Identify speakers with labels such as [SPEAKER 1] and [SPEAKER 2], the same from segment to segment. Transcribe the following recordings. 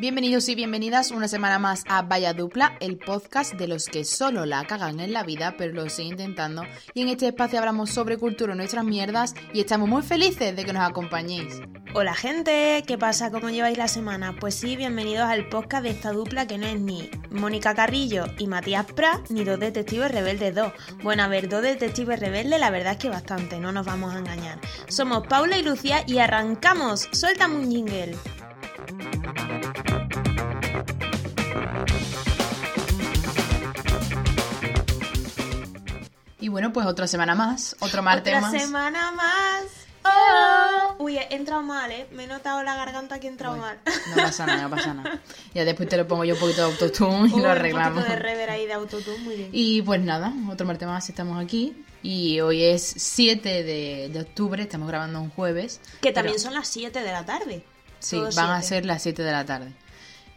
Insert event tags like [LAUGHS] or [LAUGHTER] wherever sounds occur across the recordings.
[SPEAKER 1] Bienvenidos y bienvenidas una semana más a Vaya Dupla, el podcast de los que solo la cagan en la vida, pero lo siguen intentando. Y en este espacio hablamos sobre cultura y nuestras mierdas y estamos muy felices de que nos acompañéis.
[SPEAKER 2] Hola gente, ¿qué pasa? ¿Cómo lleváis la semana? Pues sí, bienvenidos al podcast de esta dupla que no es ni Mónica Carrillo y Matías Prat, ni dos detectives rebeldes 2. Bueno, a ver, dos detectives rebeldes la verdad es que bastante, no nos vamos a engañar. Somos Paula y Lucía y arrancamos. Suéltame un jingle.
[SPEAKER 1] Y bueno, pues otra semana más, otro martes
[SPEAKER 2] Otra
[SPEAKER 1] más.
[SPEAKER 2] semana más. Uy, he entrado mal, ¿eh? Me he notado la garganta que he entrado
[SPEAKER 1] Bueno,
[SPEAKER 2] mal.
[SPEAKER 1] [LAUGHS]
[SPEAKER 2] [LAUGHS]
[SPEAKER 1] no pasa nada, no pasa nada. Ya después te lo pongo yo un poquito de autotune y
[SPEAKER 2] Uy,
[SPEAKER 1] lo
[SPEAKER 2] Un
[SPEAKER 1] arreglamos.
[SPEAKER 2] poquito de rever ahí de autotune, muy bien.
[SPEAKER 1] Y pues nada, otro martes más estamos aquí. Y hoy es 7 de, de octubre, estamos grabando un jueves.
[SPEAKER 2] que también
[SPEAKER 1] pero-
[SPEAKER 2] son las 7 de la tarde.
[SPEAKER 1] Sí, van
[SPEAKER 2] Todo
[SPEAKER 1] a
[SPEAKER 2] siete.
[SPEAKER 1] ser las 7 de la tarde.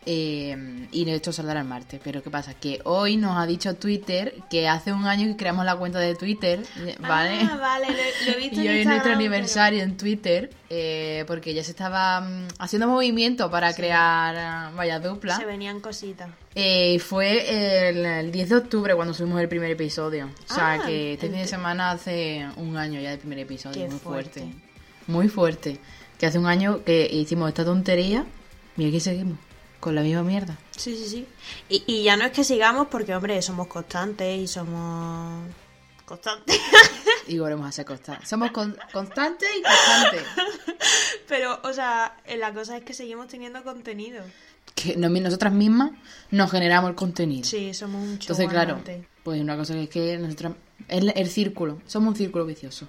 [SPEAKER 1] Eh, y esto saldrá el martes. Pero ¿qué pasa? Que hoy nos ha dicho Twitter que hace un año que creamos la cuenta de Twitter, ¿vale?
[SPEAKER 2] Ah, vale, lo, he- lo he
[SPEAKER 1] [LAUGHS]
[SPEAKER 2] visto
[SPEAKER 1] Y
[SPEAKER 2] en
[SPEAKER 1] hoy es nuestro
[SPEAKER 2] Instagram, pero-
[SPEAKER 1] aniversario en Twitter, eh, porque ya se estaba mm, haciendo movimiento para crear ah, Vaya Dupla.
[SPEAKER 2] Se venían cositas.
[SPEAKER 1] Eh, fue el, el 10 de octubre cuando subimos el primer episodio. O sea
[SPEAKER 2] Ah,
[SPEAKER 1] que este fin de
[SPEAKER 2] ente-
[SPEAKER 1] semana hace un año ya del primer episodio.
[SPEAKER 2] Qué
[SPEAKER 1] muy fuerte.
[SPEAKER 2] fuerte.
[SPEAKER 1] Muy fuerte. Que hace un año que hicimos esta tontería y aquí seguimos. Con la misma mierda.
[SPEAKER 2] [LAUGHS] Sí, sí, sí. Y, y ya no es que sigamos porque, hombre, somos constantes y somos... Constantes. [LAUGHS]
[SPEAKER 1] Y volvemos a ser constantes. Somos con- constantes y constantes.
[SPEAKER 2] Pero, o sea, eh, la cosa es que seguimos teniendo contenido.
[SPEAKER 1] Que no- nosotras mismas nos generamos el contenido.
[SPEAKER 2] Sí, somos un show
[SPEAKER 1] Entonces, claro,
[SPEAKER 2] andante.
[SPEAKER 1] pues una cosa que es que nosotros... El, el círculo, somos un círculo vicioso.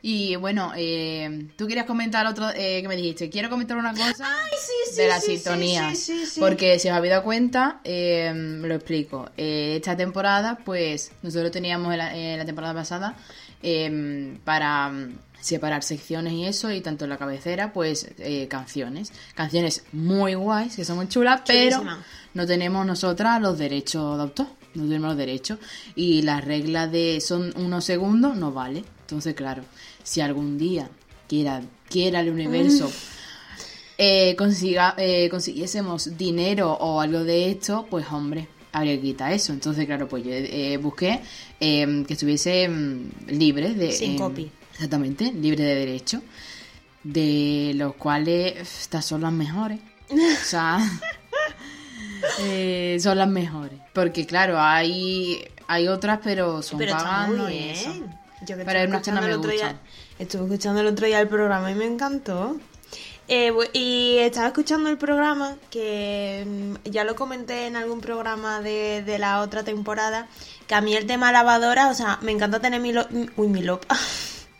[SPEAKER 1] Y bueno, eh, tú querías comentar otro, eh, que me dijiste, quiero comentar una cosa
[SPEAKER 2] sí, sí,
[SPEAKER 1] de las
[SPEAKER 2] sí, sí,
[SPEAKER 1] sintonías.
[SPEAKER 2] sí, sí, sí.
[SPEAKER 1] Porque si os habéis dado cuenta, eh, lo explico. Eh, esta temporada, pues nosotros teníamos en la, en la temporada pasada eh, para mm, separar secciones y eso, y tanto en la cabecera, pues eh, canciones. Canciones muy guays, que son muy chulas, pero
[SPEAKER 2] Chulísima.
[SPEAKER 1] no tenemos nosotras los derechos de autor, no tenemos los derechos. Y las reglas de son unos segundos no vale. Entonces, claro, si algún día quiera, quiera el
[SPEAKER 2] Mm.
[SPEAKER 1] universo eh, consiga, eh, consiguiésemos dinero o algo de esto, pues hombre, habría que quitar eso. Entonces, claro, pues yo eh, busqué eh, que estuviese mm, libre de...
[SPEAKER 2] Sin
[SPEAKER 1] eh,
[SPEAKER 2] copy.
[SPEAKER 1] Exactamente, libre de derecho. De los cuales pf, estas son las mejores. O
[SPEAKER 2] [LAUGHS]
[SPEAKER 1] sea, eh, son las mejores. Porque claro, hay, hay otras, pero son
[SPEAKER 2] Pero está
[SPEAKER 1] pagando
[SPEAKER 2] muy
[SPEAKER 1] y eso.
[SPEAKER 2] bien. Yo
[SPEAKER 1] Pero
[SPEAKER 2] que estuve
[SPEAKER 1] hay unas que no
[SPEAKER 2] escuchando el
[SPEAKER 1] me
[SPEAKER 2] otro día,
[SPEAKER 1] gustan.
[SPEAKER 2] estuve escuchando el otro día el programa y me encantó. Eh, bu- y estaba escuchando el programa que mm, ya lo comenté en algún programa de, de la otra temporada. Que a mí el tema lavadora, o sea, me encanta tener mi, lo- uy, mi lopa. [LAUGHS]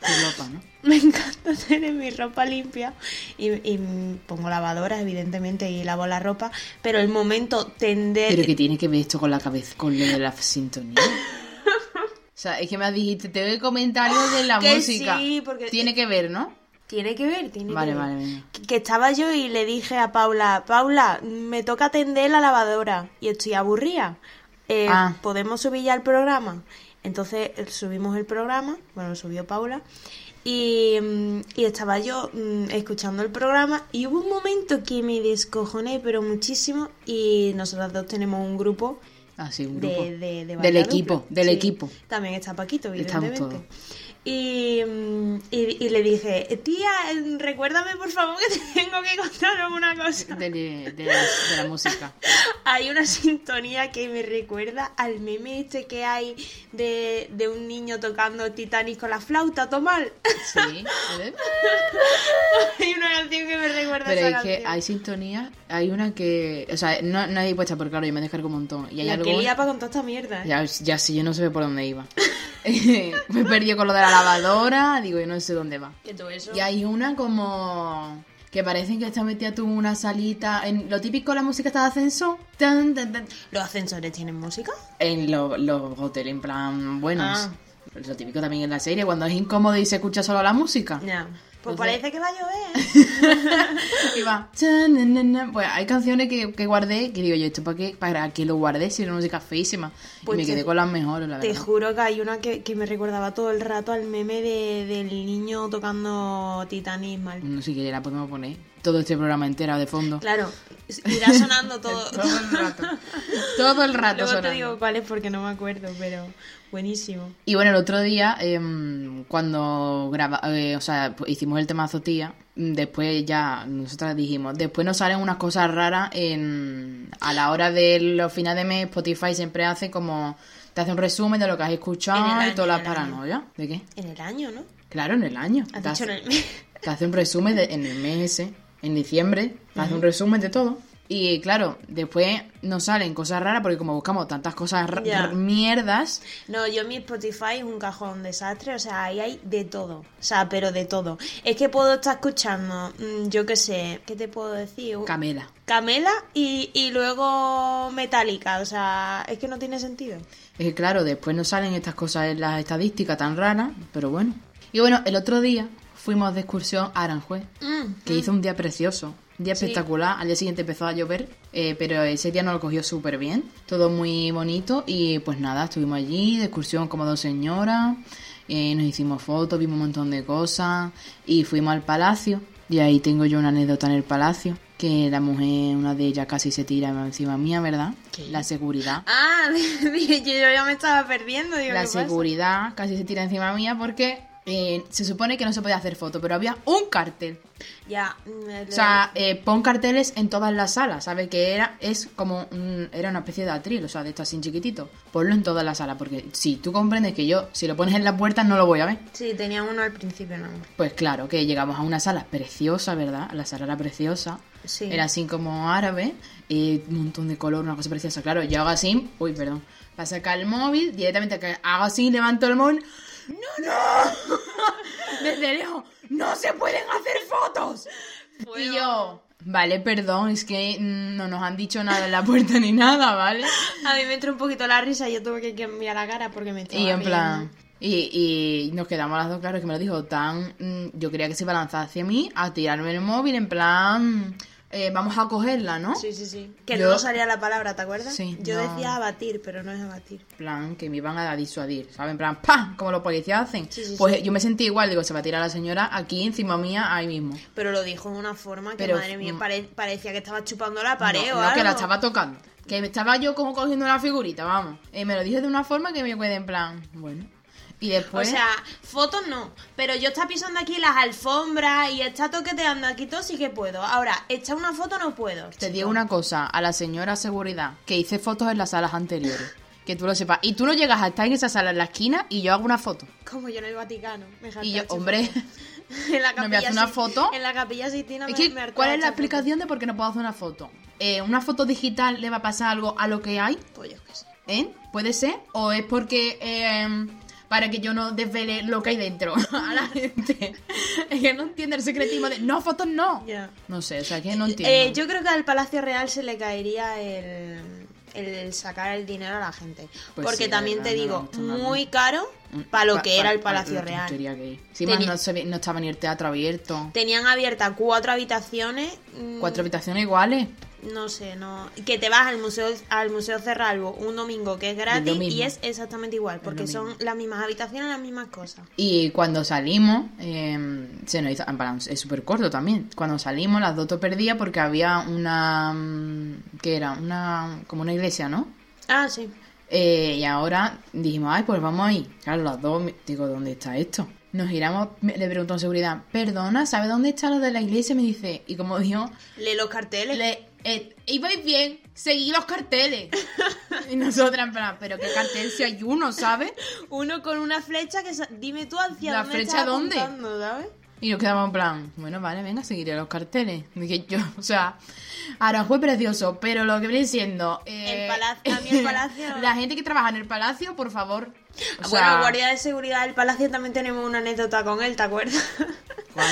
[SPEAKER 1] Qué loca, ¿no?
[SPEAKER 2] Me encanta tener mi ropa limpia y, y, mm, pongo lavadoras, evidentemente, y lavo la ropa. Pero el momento tender.
[SPEAKER 1] Pero que tiene que ver esto con la cabeza, con lo de la sintonía. [LAUGHS] O sea, es que me dijiste, te doy comentarios de la
[SPEAKER 2] Que
[SPEAKER 1] música.
[SPEAKER 2] sí, porque-
[SPEAKER 1] Tiene que ver, ¿no?
[SPEAKER 2] Tiene que ver, tiene
[SPEAKER 1] Vale,
[SPEAKER 2] que ver.
[SPEAKER 1] vale, venga.
[SPEAKER 2] Que- Que estaba yo y le dije a Paula, Paula, me toca atender la lavadora y estoy aburrida. Eh,
[SPEAKER 1] Ah.
[SPEAKER 2] ¿Podemos subir ya el programa? Entonces eh, subimos el programa, bueno, lo subió Paula, y, mm, y estaba yo mm, escuchando el programa y hubo un momento que me descojoné, pero muchísimo, y nosotras dos tenemos un grupo
[SPEAKER 1] Así, Ah, un grupo.
[SPEAKER 2] de, de- de
[SPEAKER 1] del
[SPEAKER 2] Valladolid.
[SPEAKER 1] equipo, del
[SPEAKER 2] Sí.
[SPEAKER 1] equipo.
[SPEAKER 2] También está Paquito,
[SPEAKER 1] Estamos
[SPEAKER 2] evidentemente. Y, mm, y, y le dije, tía, eh, recuérdame por favor que te tengo que contar una cosa. [LAUGHS]
[SPEAKER 1] Del- De, de las- de la música.
[SPEAKER 2] Hay una sintonía que me recuerda al meme este que hay de, de un niño tocando Titanic con la flauta, tomal.
[SPEAKER 1] Sí. ¿eh?
[SPEAKER 2] [LAUGHS] hay una canción que me recuerda a
[SPEAKER 1] Pero
[SPEAKER 2] esa
[SPEAKER 1] es que
[SPEAKER 2] canción.
[SPEAKER 1] hay sintonías, hay una que... O sea, no, no hay puesta por claro, yo me descargo un montón. Y hay
[SPEAKER 2] La
[SPEAKER 1] algo...
[SPEAKER 2] que lía para contar esta mierda. ¿eh?
[SPEAKER 1] Ya, ya sé, yo no sé por dónde [LAUGHS] iba. me perdí con lo de la lavadora, digo, yo no sé dónde va.
[SPEAKER 2] Que todo eso...
[SPEAKER 1] Y hay una como que parecen que está metida tú en una salita. En lo típico la música está de ascenso. Tan, tan, tan.
[SPEAKER 2] ¿Los ascensores tienen música?
[SPEAKER 1] En lo- los hoteles, en plan, buenos.
[SPEAKER 2] Ah.
[SPEAKER 1] Lo típico también en la serie, cuando es incómodo y se escucha solo la música.
[SPEAKER 2] Ya. Pues
[SPEAKER 1] Entonces-
[SPEAKER 2] parece que va a llover.
[SPEAKER 1] [LAUGHS] Y va. chan, nan, nan, nan. Pues hay canciones que, que guardé que digo yo, ¿esto para qué? ¿Para que lo guardé si era música feísima?
[SPEAKER 2] Pues
[SPEAKER 1] y me
[SPEAKER 2] te-
[SPEAKER 1] quedé con las mejores, la
[SPEAKER 2] Te
[SPEAKER 1] verdad.
[SPEAKER 2] juro que hay una que, que me recordaba todo el rato al meme de, del niño tocando Titanic mal.
[SPEAKER 1] No sé qué la podemos poner. Todo este programa entero de fondo.
[SPEAKER 2] Claro, irá
[SPEAKER 1] [LAUGHS]
[SPEAKER 2] sonando todo.
[SPEAKER 1] Todo el rato. Todo el rato
[SPEAKER 2] Luego
[SPEAKER 1] sonando.
[SPEAKER 2] te digo cuál es porque no me acuerdo, pero buenísimo.
[SPEAKER 1] Y bueno, el otro día, em, cuando graba, eh, o sea, pues, hicimos el temazo tía, mm, después ya nosotras dijimos, después nos salen unas cosas raras en, a la hora de los finales de mes, Spotify siempre hace como, te hace un resumen de lo que has
[SPEAKER 2] En
[SPEAKER 1] escuchado
[SPEAKER 2] el
[SPEAKER 1] y todas las
[SPEAKER 2] año, en el
[SPEAKER 1] paranoias. ¿De qué?
[SPEAKER 2] En el año, ¿no?
[SPEAKER 1] Claro, en el año.
[SPEAKER 2] Has
[SPEAKER 1] Te
[SPEAKER 2] dicho en
[SPEAKER 1] hace-
[SPEAKER 2] el mes. [LAUGHS]
[SPEAKER 1] te hace un resumen de- en el mes ese, en diciembre, te hace un resumen de todo. Y claro, después nos salen cosas raras porque como buscamos tantas cosas ra-
[SPEAKER 2] Ya.
[SPEAKER 1] ra- mierdas,
[SPEAKER 2] No, yo mi Spotify es un cajón desastre, o sea, ahí hay de todo, o sea, pero de todo. Es que puedo estar escuchando, mm, yo qué sé, ¿qué te puedo decir? Un-
[SPEAKER 1] Camela.
[SPEAKER 2] Camela y, y luego Metallica, o sea, es que no tiene sentido.
[SPEAKER 1] Es que claro, después nos salen estas cosas en las estadísticas tan raras, pero bueno. Y bueno, el otro día fuimos de excursión a Aranjuez,
[SPEAKER 2] Mm,
[SPEAKER 1] que hizo un día precioso, un día
[SPEAKER 2] Sí.
[SPEAKER 1] espectacular. Al día siguiente empezó a llover, eh, pero ese día nos lo cogió súper bien, todo muy bonito. Y pues nada, estuvimos allí de excursión como dos señoras, eh, nos hicimos fotos, vimos un montón de cosas y fuimos al palacio. Y ahí tengo yo una anécdota en el palacio, que la mujer, una de ellas casi se tira encima mía, ¿verdad? La seguridad.
[SPEAKER 2] Ah, [LAUGHS] dije, yo yo ya me estaba perdiendo, digo,
[SPEAKER 1] la
[SPEAKER 2] ¿qué pasa?
[SPEAKER 1] seguridad casi se tira encima mía porque eh, se supone que no se podía hacer foto, pero había un cartel.
[SPEAKER 2] Ya, me
[SPEAKER 1] O sea, eh, pon carteles en todas las salas, ¿sabes? Que era, es como un- era una especie de atril, o sea, de esto así chiquitito. Ponlo en todas las salas, porque si tú comprendes que yo, si lo pones en la puerta, no lo voy a ver.
[SPEAKER 2] sí, tenía uno al principio, no.
[SPEAKER 1] Pues claro, que llegamos a una sala preciosa, ¿verdad? La sala era preciosa.
[SPEAKER 2] Sí.
[SPEAKER 1] Era así como árabe, eh, un montón de color, una cosa preciosa. Claro, yo hago así, uy, perdón, para sacar el móvil, directamente que hago así, levanto el móvil. ¡No, [LAUGHS] no! Desde lejos, ¡no se pueden hacer fotos! Y yo, vale, perdón, es que mm, no nos han dicho nada en la puerta ni nada, ¿vale?
[SPEAKER 2] A mí me entró un poquito la risa, yo tuve que cambiar la cara porque me estaba
[SPEAKER 1] Y en plan.
[SPEAKER 2] riendo.
[SPEAKER 1] Y, y nos quedamos las dos, claro, es que me lo dijo tan. mm, Yo quería que se iba a lanzar hacia mí a tirarme el móvil, en plan. eh, vamos a cogerla, ¿no?
[SPEAKER 2] Sí, sí, sí. Que
[SPEAKER 1] Yo-
[SPEAKER 2] no salía la palabra, ¿te acuerdas?
[SPEAKER 1] Sí,
[SPEAKER 2] Yo
[SPEAKER 1] no.
[SPEAKER 2] decía abatir, pero no es abatir.
[SPEAKER 1] En plan, que me iban a disuadir, ¿sabes? En plan, ¡pam! Como los policías hacen.
[SPEAKER 2] Sí, sí,
[SPEAKER 1] pues yo me sentí igual, digo, se va a tirar la señora aquí encima mía, ahí mismo.
[SPEAKER 2] Pero lo dijo de una forma que,
[SPEAKER 1] Pero,
[SPEAKER 2] madre mía,
[SPEAKER 1] mm.
[SPEAKER 2] pare- parecía que estaba chupando la pared
[SPEAKER 1] no,
[SPEAKER 2] o
[SPEAKER 1] no, que la
[SPEAKER 2] algo.
[SPEAKER 1] estaba tocando. Que me estaba yo como cogiendo una figurita, vamos. Y me lo dije de una forma que me quedé en plan, bueno. Y
[SPEAKER 2] O
[SPEAKER 1] después.
[SPEAKER 2] sea, fotos no, pero yo está pisando aquí las alfombras y está toqueteando aquí todo, sí que puedo. Ahora, echar una foto no puedo.
[SPEAKER 1] Te
[SPEAKER 2] chico.
[SPEAKER 1] digo una cosa, a la señora seguridad, que hice fotos en las salas anteriores, que tú lo sepas. Y tú no llegas a estar en esa sala en la esquina y yo hago una foto.
[SPEAKER 2] Como yo en el Vaticano. Me
[SPEAKER 1] Y
[SPEAKER 2] jartaste
[SPEAKER 1] yo,
[SPEAKER 2] foto.
[SPEAKER 1] hombre,
[SPEAKER 2] [LAUGHS] en
[SPEAKER 1] [LAUGHS]
[SPEAKER 2] la
[SPEAKER 1] ¿no me
[SPEAKER 2] capilla
[SPEAKER 1] hace una
[SPEAKER 2] Sixt-
[SPEAKER 1] foto?
[SPEAKER 2] En la capilla Sistina
[SPEAKER 1] es
[SPEAKER 2] me-
[SPEAKER 1] que,
[SPEAKER 2] me hartó
[SPEAKER 1] ¿cuál es la
[SPEAKER 2] echar fotos.
[SPEAKER 1] explicación de por qué no puedo hacer una foto? Eh, ¿Una foto digital le va a pasar algo a lo que hay?
[SPEAKER 2] Pues yo qué sé.
[SPEAKER 1] ¿Eh? ¿Puede ser? ¿O es porque eh, para que yo no desvele lo que hay dentro [LAUGHS] a la gente? es que no entiende el secretismo de... No, fotos no.
[SPEAKER 2] Ya.
[SPEAKER 1] No sé, o sea, que no entiendo.
[SPEAKER 2] Eh, yo creo que al Palacio Real se le caería el, el sacar el dinero a la gente.
[SPEAKER 1] Pues
[SPEAKER 2] Porque
[SPEAKER 1] sí,
[SPEAKER 2] también
[SPEAKER 1] la
[SPEAKER 2] te
[SPEAKER 1] verdad, no
[SPEAKER 2] digo,
[SPEAKER 1] me gusta nada.
[SPEAKER 2] muy caro
[SPEAKER 1] Mm,
[SPEAKER 2] para lo
[SPEAKER 1] pa-
[SPEAKER 2] que
[SPEAKER 1] pa-
[SPEAKER 2] era el
[SPEAKER 1] pa- la
[SPEAKER 2] Palacio Real.
[SPEAKER 1] tontería que es. Sí, más
[SPEAKER 2] Teni-
[SPEAKER 1] no, se ve- no estaba ni el teatro abierto.
[SPEAKER 2] Tenían abiertas cuatro habitaciones. mm,
[SPEAKER 1] Cuatro habitaciones iguales.
[SPEAKER 2] No sé, no. Que te vas al museo al museo Cerralbo un domingo que es gratis
[SPEAKER 1] mismo.
[SPEAKER 2] y es exactamente igual, porque
[SPEAKER 1] lo
[SPEAKER 2] son
[SPEAKER 1] mismo.
[SPEAKER 2] las mismas habitaciones, las mismas cosas.
[SPEAKER 1] Y cuando salimos, eh, se nos hizo. en plan, es súper corto también. Cuando salimos, las dos perdía porque había una. mm, ¿Qué era? Una. Como una iglesia, ¿no?
[SPEAKER 2] Ah, sí.
[SPEAKER 1] Eh, y ahora dijimos, ay, pues vamos ahí. Claro, las dos, mi- digo, ¿dónde está esto? Nos giramos, me- le preguntó en seguridad, perdona, ¿sabe dónde está lo de la iglesia? Me dice, y como dijo,
[SPEAKER 2] Lee los carteles.
[SPEAKER 1] Le, eh, ibais bien, seguí los carteles. y nosotras, en plan, pero qué cartel si hay uno, ¿sabes?
[SPEAKER 2] Uno con una flecha que... sa- Dime tú hacia
[SPEAKER 1] ¿La
[SPEAKER 2] dónde
[SPEAKER 1] flecha
[SPEAKER 2] estás
[SPEAKER 1] dónde?
[SPEAKER 2] apuntando, ¿sabes?
[SPEAKER 1] Y nos quedamos en plan, bueno, vale, venga, seguiré los carteles. Dije yo, [LAUGHS] o sea, Aranjuez precioso, pero lo que viene siendo. eh,
[SPEAKER 2] El palacio- a mí
[SPEAKER 1] [LAUGHS]
[SPEAKER 2] el palacio-
[SPEAKER 1] la gente que trabaja en el palacio, por favor. O
[SPEAKER 2] bueno,
[SPEAKER 1] sea,
[SPEAKER 2] guardia de seguridad del palacio también tenemos una anécdota con él, ¿te acuerdas? [LAUGHS]
[SPEAKER 1] ¿Cuál?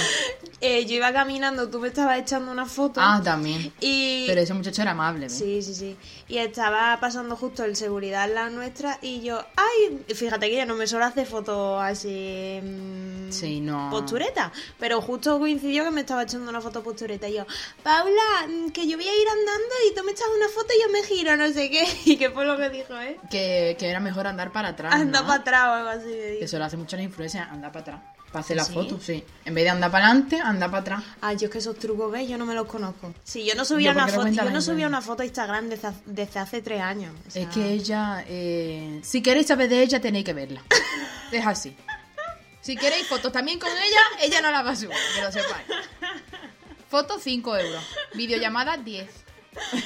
[SPEAKER 2] Eh, yo iba caminando, tú me estabas echando una foto.
[SPEAKER 1] Ah, también.
[SPEAKER 2] Y...
[SPEAKER 1] Pero ese muchacho era amable, ¿eh?
[SPEAKER 2] Sí, sí, sí. Y estaba pasando justo el seguridad la nuestra y yo, ay, fíjate que ya no me suelo hacer fotos así... mm,
[SPEAKER 1] Sí, no.
[SPEAKER 2] Postureta. Pero justo coincidió que me estaba echando una foto postureta y yo, Paula, mm, que yo voy a ir andando y tú me echas una foto y yo me giro, no sé qué. [LAUGHS] Y qué fue lo que dijo, ¿eh?
[SPEAKER 1] Que, que era mejor andar para atrás.
[SPEAKER 2] Anda
[SPEAKER 1] Ah, ¿no?
[SPEAKER 2] para atrás o algo así. me dijo.
[SPEAKER 1] Eso lo hacen muchas influencias, andar para atrás. Para hacer las
[SPEAKER 2] ¿Sí?
[SPEAKER 1] fotos, sí. En vez de andar para adelante, andar para atrás.
[SPEAKER 2] Ay, Ah, yo es que esos trucos, ¿ves? Yo no me los conozco. Sí, yo no
[SPEAKER 1] Yo
[SPEAKER 2] subía, una,
[SPEAKER 1] porque lo
[SPEAKER 2] foto,
[SPEAKER 1] cuenta
[SPEAKER 2] yo
[SPEAKER 1] la
[SPEAKER 2] no
[SPEAKER 1] gente.
[SPEAKER 2] subía una foto a Instagram desde, ha- desde hace tres años. o sea,
[SPEAKER 1] Es que ella, eh, si queréis saber de ella, tenéis que verla. Es así. Si queréis fotos también con ella, ella no la va a subir, que lo sepáis. Fotos 5 euros, videollamada 10.
[SPEAKER 2] [LAUGHS]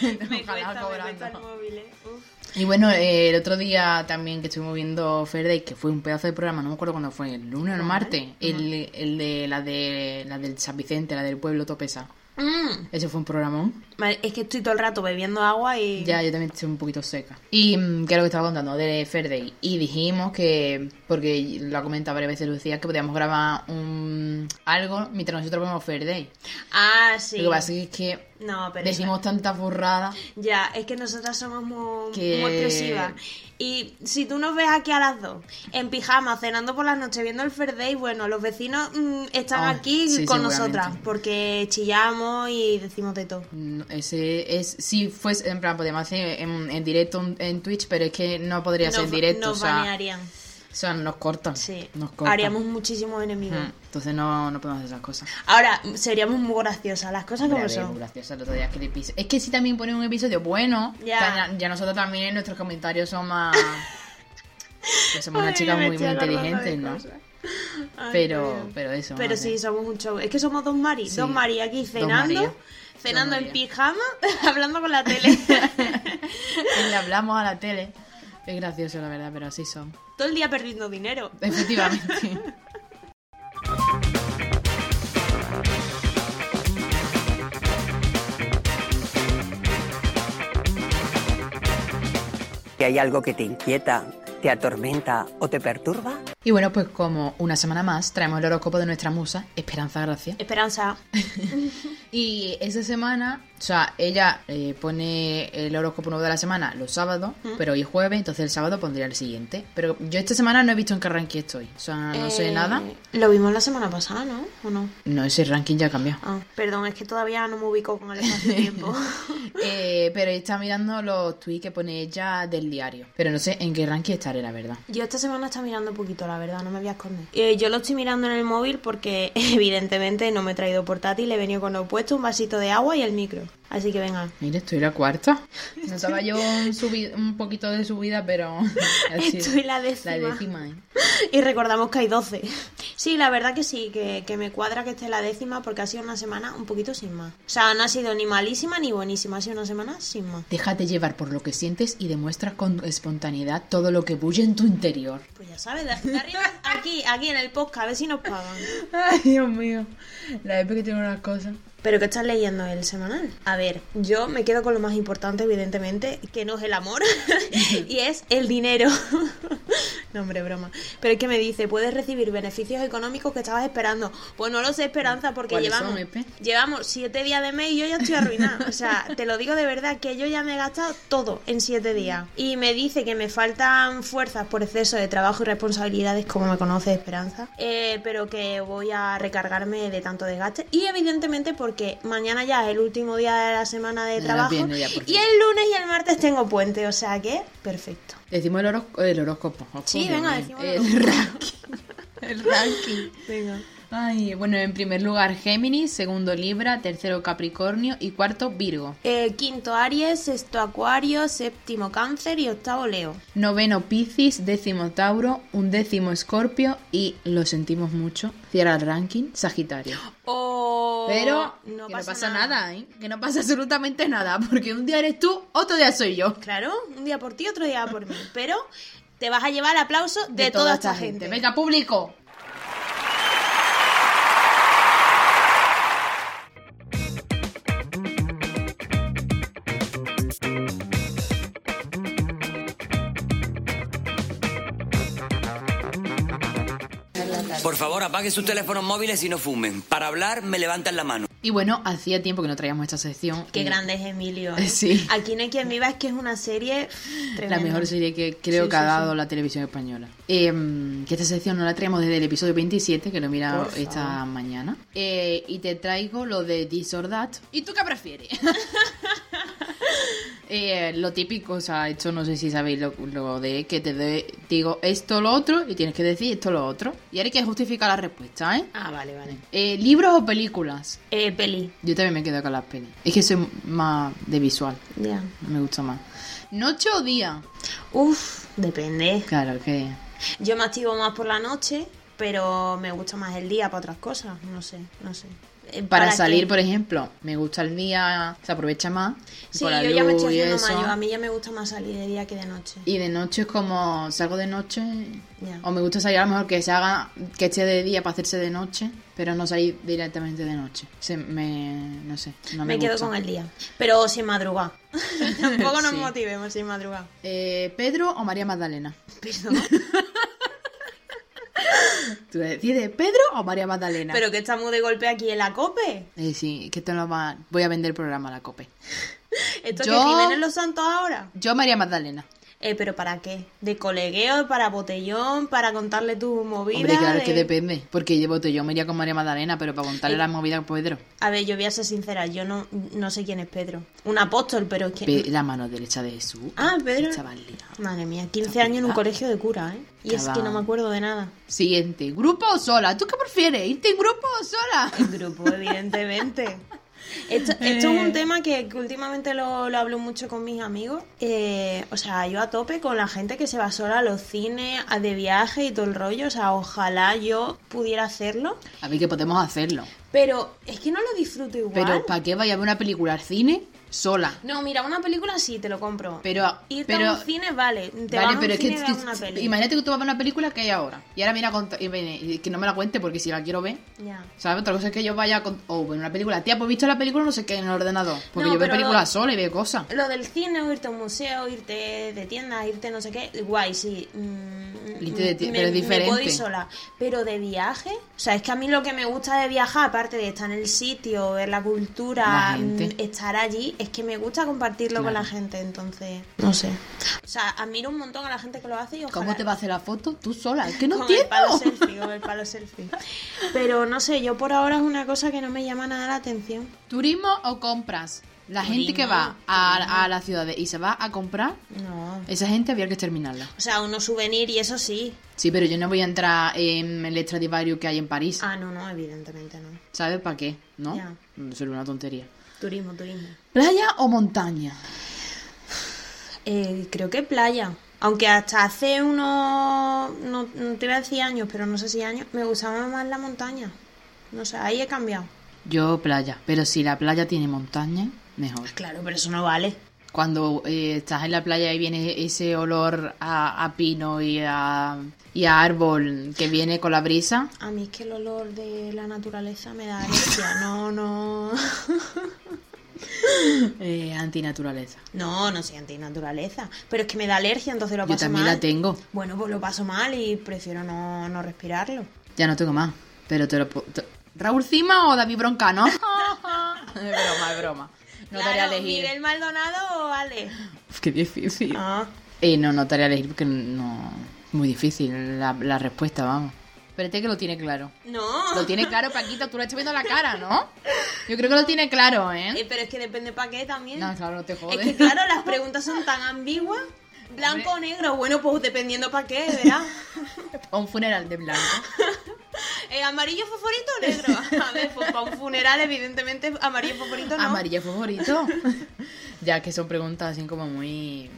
[SPEAKER 2] [LAUGHS] Me
[SPEAKER 1] Ojalá
[SPEAKER 2] cuesta, me
[SPEAKER 1] cobrando.
[SPEAKER 2] cuesta el móvil, ¿eh? Uf.
[SPEAKER 1] Y bueno, eh, el otro día también que estuvimos viendo Fairday, que fue un pedazo de programa, no me acuerdo cuándo fue, el lunes o el martes, el, el de la de la del San Vicente, la del pueblo Topesa.
[SPEAKER 2] Mm.
[SPEAKER 1] Ese fue un programón.
[SPEAKER 2] Vale, es que estoy todo el rato bebiendo agua y...
[SPEAKER 1] Ya, yo también estoy un poquito seca. Y mm, que es lo que estaba contando de Fairday. Y dijimos que, porque lo ha comentado varias veces Lucía, que podíamos grabar un algo mientras nosotros vemos Fairday.
[SPEAKER 2] Ah, sí.
[SPEAKER 1] Lo que pasa es que
[SPEAKER 2] No, pero...
[SPEAKER 1] decimos tantas burradas.
[SPEAKER 2] eso- Ya, es que nosotras somos muy,
[SPEAKER 1] Que-
[SPEAKER 2] muy expresivas. Y si tú nos ves aquí a las dos, en pijama, cenando por la noche, viendo el Fair Day, bueno, los vecinos mm, están
[SPEAKER 1] Ah,
[SPEAKER 2] aquí
[SPEAKER 1] sí,
[SPEAKER 2] con
[SPEAKER 1] seguramente.
[SPEAKER 2] nosotras, porque chillamos y decimos de todo.
[SPEAKER 1] No, Ese es, si fuese, en plan, podemos hacer en, en directo en, en Twitch, pero es que no podría ser en
[SPEAKER 2] Nos-
[SPEAKER 1] directo,
[SPEAKER 2] Nos
[SPEAKER 1] o, sea,
[SPEAKER 2] banearían.
[SPEAKER 1] o sea, nos cortan.
[SPEAKER 2] Sí.
[SPEAKER 1] Nos cortan.
[SPEAKER 2] Haríamos muchísimos
[SPEAKER 1] Mm,
[SPEAKER 2] enemigos.
[SPEAKER 1] Entonces no, no podemos hacer esas cosas.
[SPEAKER 2] Ahora, seríamos muy graciosas, las cosas
[SPEAKER 1] Hombre,
[SPEAKER 2] como
[SPEAKER 1] a ver,
[SPEAKER 2] son.
[SPEAKER 1] gracioso el otro día que le pise. Es que si también ponen un episodio bueno,
[SPEAKER 2] Ya.
[SPEAKER 1] ta- ya nosotros también nuestros comentarios son
[SPEAKER 2] [LAUGHS]
[SPEAKER 1] más. que somos
[SPEAKER 2] Ay,
[SPEAKER 1] unas chicas
[SPEAKER 2] me
[SPEAKER 1] muy, muy
[SPEAKER 2] estoy acordando de
[SPEAKER 1] inteligentes, ¿no?
[SPEAKER 2] cosas. Ay,
[SPEAKER 1] Pero,
[SPEAKER 2] Dios.
[SPEAKER 1] pero eso.
[SPEAKER 2] Pero
[SPEAKER 1] no
[SPEAKER 2] sí,
[SPEAKER 1] sé.
[SPEAKER 2] somos un show. Es que somos dos Mari,
[SPEAKER 1] Sí,
[SPEAKER 2] dos Mari aquí
[SPEAKER 1] dos
[SPEAKER 2] cenando,
[SPEAKER 1] María.
[SPEAKER 2] cenando
[SPEAKER 1] Dos
[SPEAKER 2] en
[SPEAKER 1] María.
[SPEAKER 2] pijama, [LAUGHS] hablando con la
[SPEAKER 1] [LAUGHS]
[SPEAKER 2] tele.
[SPEAKER 1] Le hablamos a la tele. Es gracioso, la verdad, pero así son. [LAUGHS]
[SPEAKER 2] Todo el día perdiendo dinero.
[SPEAKER 1] Efectivamente.
[SPEAKER 3] que hay algo que te inquieta, te atormenta o te perturba?
[SPEAKER 1] Y bueno, pues como una semana más traemos el horóscopo de nuestra musa, Esperanza Gracia.
[SPEAKER 2] Esperanza.
[SPEAKER 1] Y esa semana, o sea, ella eh, pone el horóscopo nuevo de la semana los sábados, pero hoy es jueves, entonces el sábado pondría el siguiente. Pero yo esta semana no he visto en qué ranking estoy, o sea, Ah, no sé
[SPEAKER 2] Eh,
[SPEAKER 1] nada.
[SPEAKER 2] Lo vimos la semana pasada, ¿no? ¿O no?
[SPEAKER 1] No, ese ranking ya ha cambiado.
[SPEAKER 2] Ah, perdón, es que todavía no me ubico con el
[SPEAKER 1] [LAUGHS]
[SPEAKER 2] espacio-tiempo.
[SPEAKER 1] Eh, pero está mirando los tweets que pone ella del diario. Pero no sé en qué ranking estaré, la verdad.
[SPEAKER 2] Yo esta semana estaba mirando un poquito, la verdad, no me voy a esconder. Eh, yo lo estoy mirando en el móvil porque [LAUGHS] evidentemente no me he traído portátil, he venido con lo opuesto, un vasito de agua y el micro. Así que venga.
[SPEAKER 1] Mira, estoy la cuarta. Notaba yo un, subi- un poquito de subida, pero... [LAUGHS] así-
[SPEAKER 2] Estoy la
[SPEAKER 1] La
[SPEAKER 2] décima.
[SPEAKER 1] décima, ¿eh?
[SPEAKER 2] [LAUGHS] Y recordamos que hay 12. Sí, la verdad que sí, que, que me cuadra que esté la décima porque ha sido una semana un poquito sin más. O sea, no ha sido ni malísima ni buenísima, ha sido una semana sin más.
[SPEAKER 1] Déjate llevar por lo que sientes y demuestra con espontaneidad todo lo que bulle en tu interior.
[SPEAKER 2] Pues ya sabes, de de arriba, aquí, aquí en el podcast, a ver si nos pagan.
[SPEAKER 1] [LAUGHS] Ay, Dios mío. La vez que tengo unas cosas.
[SPEAKER 2] ¿Pero qué estás leyendo el semanal? A ver, yo me quedo con lo más importante, evidentemente, que no es el amor, [LAUGHS] y es el dinero. [LAUGHS] no, hombre, broma. Pero es que me dice, puedes recibir beneficios económicos que estabas esperando. Pues no lo sé, Esperanza, porque
[SPEAKER 1] ¿Cuáles
[SPEAKER 2] llevamos,
[SPEAKER 1] son, Epe?
[SPEAKER 2] llevamos siete días de mes y yo ya estoy arruinada. O sea, te lo digo de verdad, que yo ya me he gastado todo en siete días. Y me dice que me faltan fuerzas por exceso de trabajo y responsabilidades, como me conoce Esperanza. Eh, pero que voy a recargarme de tanto desgaste. Y evidentemente porque mañana ya es el último día de la semana de
[SPEAKER 1] Ya
[SPEAKER 2] trabajo.
[SPEAKER 1] viene ya, por fin.
[SPEAKER 2] y el lunes y el martes tengo puente, o sea que perfecto.
[SPEAKER 1] Decimos el, horóscopo. el horóscopo. Ojo,
[SPEAKER 2] Sí,
[SPEAKER 1] Dios
[SPEAKER 2] venga,
[SPEAKER 1] mío.
[SPEAKER 2] decimos el
[SPEAKER 1] El ranking. El ranking.
[SPEAKER 2] Venga.
[SPEAKER 1] Ay, bueno, en primer lugar Géminis, segundo Libra, tercero Capricornio y cuarto Virgo.
[SPEAKER 2] Eh, quinto Aries, sexto Acuario, séptimo Cáncer y octavo Leo.
[SPEAKER 1] Noveno Piscis, décimo Tauro, undécimo Escorpio y, lo sentimos mucho, cierra el ranking Sagitario.
[SPEAKER 2] O-
[SPEAKER 1] Pero que Oh, no pasa nada. ¿eh? Que no pasa absolutamente nada, porque un día eres tú, otro día soy yo.
[SPEAKER 2] Claro, un día por ti, otro día
[SPEAKER 1] [LAUGHS]
[SPEAKER 2] por mí. Pero te vas a llevar aplauso de, toda, esta gente.
[SPEAKER 1] Venga, público.
[SPEAKER 4] Por favor, apaguen sus teléfonos móviles y no fumen. Para hablar, me levantan la mano.
[SPEAKER 1] Y bueno, hacía tiempo que no traíamos esta sección.
[SPEAKER 2] Qué
[SPEAKER 1] Eh,
[SPEAKER 2] grande es Emilio.
[SPEAKER 1] eh, sí.
[SPEAKER 2] Aquí no hay quien viva, es que es una serie tremenda.
[SPEAKER 1] La mejor serie que creo
[SPEAKER 2] Sí,
[SPEAKER 1] que ha
[SPEAKER 2] sí,
[SPEAKER 1] dado la televisión española. Em, que esta sección no la traemos desde el episodio 27, que lo he mirado
[SPEAKER 2] Por
[SPEAKER 1] esta
[SPEAKER 2] favor.
[SPEAKER 1] mañana. Eh, y te traigo lo de Disordat. ¿Y tú qué prefieres? [LAUGHS] Eh, lo típico, o sea, esto no sé si sabéis lo, lo de que te de- digo esto lo otro y tienes que decir esto lo otro. Y ahora hay que justificar la respuesta, ¿eh?
[SPEAKER 2] Ah, vale, vale.
[SPEAKER 1] Eh, ¿Libros o películas?
[SPEAKER 2] Eh, peli.
[SPEAKER 1] Yo también me quedo con las pelis. Es que soy más de visual,
[SPEAKER 2] Ya.
[SPEAKER 1] me gusta más. ¿Noche o día?
[SPEAKER 2] Uf, depende.
[SPEAKER 1] Claro, que...
[SPEAKER 2] Yo me activo más por la noche, pero me gusta más el día para otras cosas. No sé, no sé. Eh,
[SPEAKER 1] Para,
[SPEAKER 2] qué?
[SPEAKER 1] salir, por ejemplo, me gusta el día, se aprovecha más.
[SPEAKER 2] Sí,
[SPEAKER 1] por la
[SPEAKER 2] yo ya me
[SPEAKER 1] luz
[SPEAKER 2] estoy
[SPEAKER 1] y
[SPEAKER 2] haciendo
[SPEAKER 1] eso.
[SPEAKER 2] mayor. A mí ya me gusta más salir de día que de noche.
[SPEAKER 1] Y de noche es como, salgo de noche,
[SPEAKER 2] Ya.
[SPEAKER 1] o me gusta salir a lo mejor que se haga, que esté de día para hacerse de noche, pero no salir directamente de noche. Se me, no sé, no me,
[SPEAKER 2] me quedo
[SPEAKER 1] gusta.
[SPEAKER 2] con el día. Pero sin
[SPEAKER 1] [LAUGHS]
[SPEAKER 2] madrugar. Tampoco nos
[SPEAKER 1] Sí.
[SPEAKER 2] motivemos sin madrugar.
[SPEAKER 1] Eh, ¿Pedro o María Magdalena?
[SPEAKER 2] Perdón.
[SPEAKER 1] [LAUGHS] Tú decides, ¿Pedro o María Magdalena?
[SPEAKER 2] Pero que estamos de golpe aquí en la cope.
[SPEAKER 1] Eh, sí, que te lo va, voy a vender el programa a la COPE.
[SPEAKER 2] Esto
[SPEAKER 1] Yo-
[SPEAKER 2] que Jiménez Los Santos ahora.
[SPEAKER 1] Yo María Magdalena.
[SPEAKER 2] Eh, pero ¿para qué? ¿De colegueo? ¿Para botellón? ¿Para contarle Eh, tu movida?
[SPEAKER 1] Hombre, claro
[SPEAKER 2] de-
[SPEAKER 1] que depende, porque yo voto, yo me iría con María Magdalena, pero para contarle
[SPEAKER 2] Eh,
[SPEAKER 1] la movida a Pedro.
[SPEAKER 2] A ver, yo voy a ser sincera, yo no, no sé quién es Pedro. Un apóstol, pero es que...
[SPEAKER 1] Pe- la mano derecha de Jesús.
[SPEAKER 2] Ah, Pedro.
[SPEAKER 1] Chaval liado.
[SPEAKER 2] Madre mía, 15 años en un colegio de cura, ¿eh? Y es que
[SPEAKER 1] Chaval.
[SPEAKER 2] no me acuerdo de nada.
[SPEAKER 1] Siguiente, grupo o sola. ¿Tú qué prefieres? ¿Irte en grupo o sola? [LAUGHS]
[SPEAKER 2] El [LAUGHS] grupo, evidentemente. Esto, esto es
[SPEAKER 1] Eh.
[SPEAKER 2] un tema que, que últimamente lo, lo hablo mucho con mis amigos. Eh, o sea, yo a tope con la gente que se va sola a los cines, a de viaje y todo el rollo. O sea, ojalá yo pudiera hacerlo.
[SPEAKER 1] A ver que podemos hacerlo.
[SPEAKER 2] Pero es que no lo disfruto igual.
[SPEAKER 1] Pero ¿para qué vaya a ver una película al cine sola?
[SPEAKER 2] No, mira, una película sí te lo compro.
[SPEAKER 1] Pero-
[SPEAKER 2] Irte
[SPEAKER 1] pero-
[SPEAKER 2] a un cine, vale. Te vas
[SPEAKER 1] vale,
[SPEAKER 2] a un
[SPEAKER 1] pero es que
[SPEAKER 2] cine y ves
[SPEAKER 1] tú-
[SPEAKER 2] una peli.
[SPEAKER 1] imagínate que tú vas a ver una película que hay ahora. Y ahora viene a contar, y viene- y que no me la cuente porque si la quiero ver.
[SPEAKER 2] Ya.
[SPEAKER 1] ¿Sabes? Otra cosa es que yo vaya con. O ver una película. Tía, pues visto la película no sé qué en el ordenador. Porque
[SPEAKER 2] No,
[SPEAKER 1] yo veo
[SPEAKER 2] pero lo-
[SPEAKER 1] películas sola y veo cosas.
[SPEAKER 2] Lo del cine, o irte a un museo, irte de tienda, irte no sé qué, guay, sí. Mm,
[SPEAKER 1] Irte de ti-
[SPEAKER 2] me-
[SPEAKER 1] pero es
[SPEAKER 2] Me puedo ir
[SPEAKER 1] diferente.
[SPEAKER 2] sola. Pero de viaje, o sea, es que a mí lo que me gusta de viajar, aparte de estar en el sitio, ver la cultura,
[SPEAKER 1] La gente.
[SPEAKER 2] mm, estar allí, es que me gusta compartirlo con la gente, entonces, no sé. O sea, admiro un montón a la gente que lo hace y ojalá...
[SPEAKER 1] ¿Cómo te va a hacer la foto tú sola? Es que no
[SPEAKER 2] con
[SPEAKER 1] entiendo.
[SPEAKER 2] el palo selfie, con el palo selfie. Pero no sé, yo por ahora es una cosa que no me llama nada la atención.
[SPEAKER 1] ¿Turismo o compras? La gente que
[SPEAKER 2] Turismo,
[SPEAKER 1] va a, a las ciudades y se va a comprar,
[SPEAKER 2] No.
[SPEAKER 1] esa gente había que exterminarla.
[SPEAKER 2] O sea, uno souvenir y eso sí.
[SPEAKER 1] Sí, pero yo no voy a entrar en el Stradivarius que hay en París.
[SPEAKER 2] Ah, no, no, evidentemente no.
[SPEAKER 1] ¿Sabes para qué? ¿No?
[SPEAKER 2] Ya.
[SPEAKER 1] Solo una tontería.
[SPEAKER 2] Turismo, turismo.
[SPEAKER 1] ¿Playa o montaña?
[SPEAKER 2] Eh, creo que playa. Aunque hasta hace unos. No, no te iba a decir años, pero no sé si años. Me gustaba más la montaña. No sé, ahí he cambiado.
[SPEAKER 1] Yo playa, pero si la playa tiene montaña, mejor.
[SPEAKER 2] Claro, pero eso no vale.
[SPEAKER 1] Cuando eh, estás en la playa y viene ese olor a, a pino y a, y a árbol que viene con la brisa,
[SPEAKER 2] [COUGHS] A mí es que el olor de la naturaleza me da alergia. No, no. [LAUGHS]
[SPEAKER 1] eh, antinaturaleza.
[SPEAKER 2] No, no soy antinaturaleza. Pero es que me da alergia, entonces lo
[SPEAKER 1] Yo
[SPEAKER 2] paso
[SPEAKER 1] también
[SPEAKER 2] mal.
[SPEAKER 1] la tengo.
[SPEAKER 2] Bueno, pues lo paso mal y prefiero no, no respirarlo.
[SPEAKER 1] Ya no tengo más, pero te lo pu- te- ¿Raúl Cima o David Broncano? [LAUGHS] es broma, es broma. No te haría
[SPEAKER 2] Claro,
[SPEAKER 1] elegir.
[SPEAKER 2] Miguel Maldonado o Ale.
[SPEAKER 1] Uf, qué difícil.
[SPEAKER 2] Ah.
[SPEAKER 1] Eh, no, no te haría elegir porque no. Muy difícil la, la respuesta, vamos. Espérate este que lo tiene claro.
[SPEAKER 2] No.
[SPEAKER 1] Lo tiene claro, Paquito. Tú lo estás viendo la cara, ¿no? Yo creo que lo tiene claro, ¿eh?
[SPEAKER 2] Eh, pero es que depende para qué también.
[SPEAKER 1] No, claro, no te
[SPEAKER 2] Es
[SPEAKER 1] jodes.
[SPEAKER 2] que claro, las preguntas son tan ambiguas. Blanco o negro, bueno, pues dependiendo para qué,
[SPEAKER 1] [LAUGHS]
[SPEAKER 2] ¿verdad?
[SPEAKER 1] Pa' [LAUGHS] un funeral de blanco.
[SPEAKER 2] Eh, ¿Amarillo fosforito o
[SPEAKER 1] [LAUGHS]
[SPEAKER 2] negro? A ver, pues para un funeral, evidentemente, amarillo fosforito no.
[SPEAKER 1] Amarillo favorito. [LAUGHS] ya que son preguntas así como muy.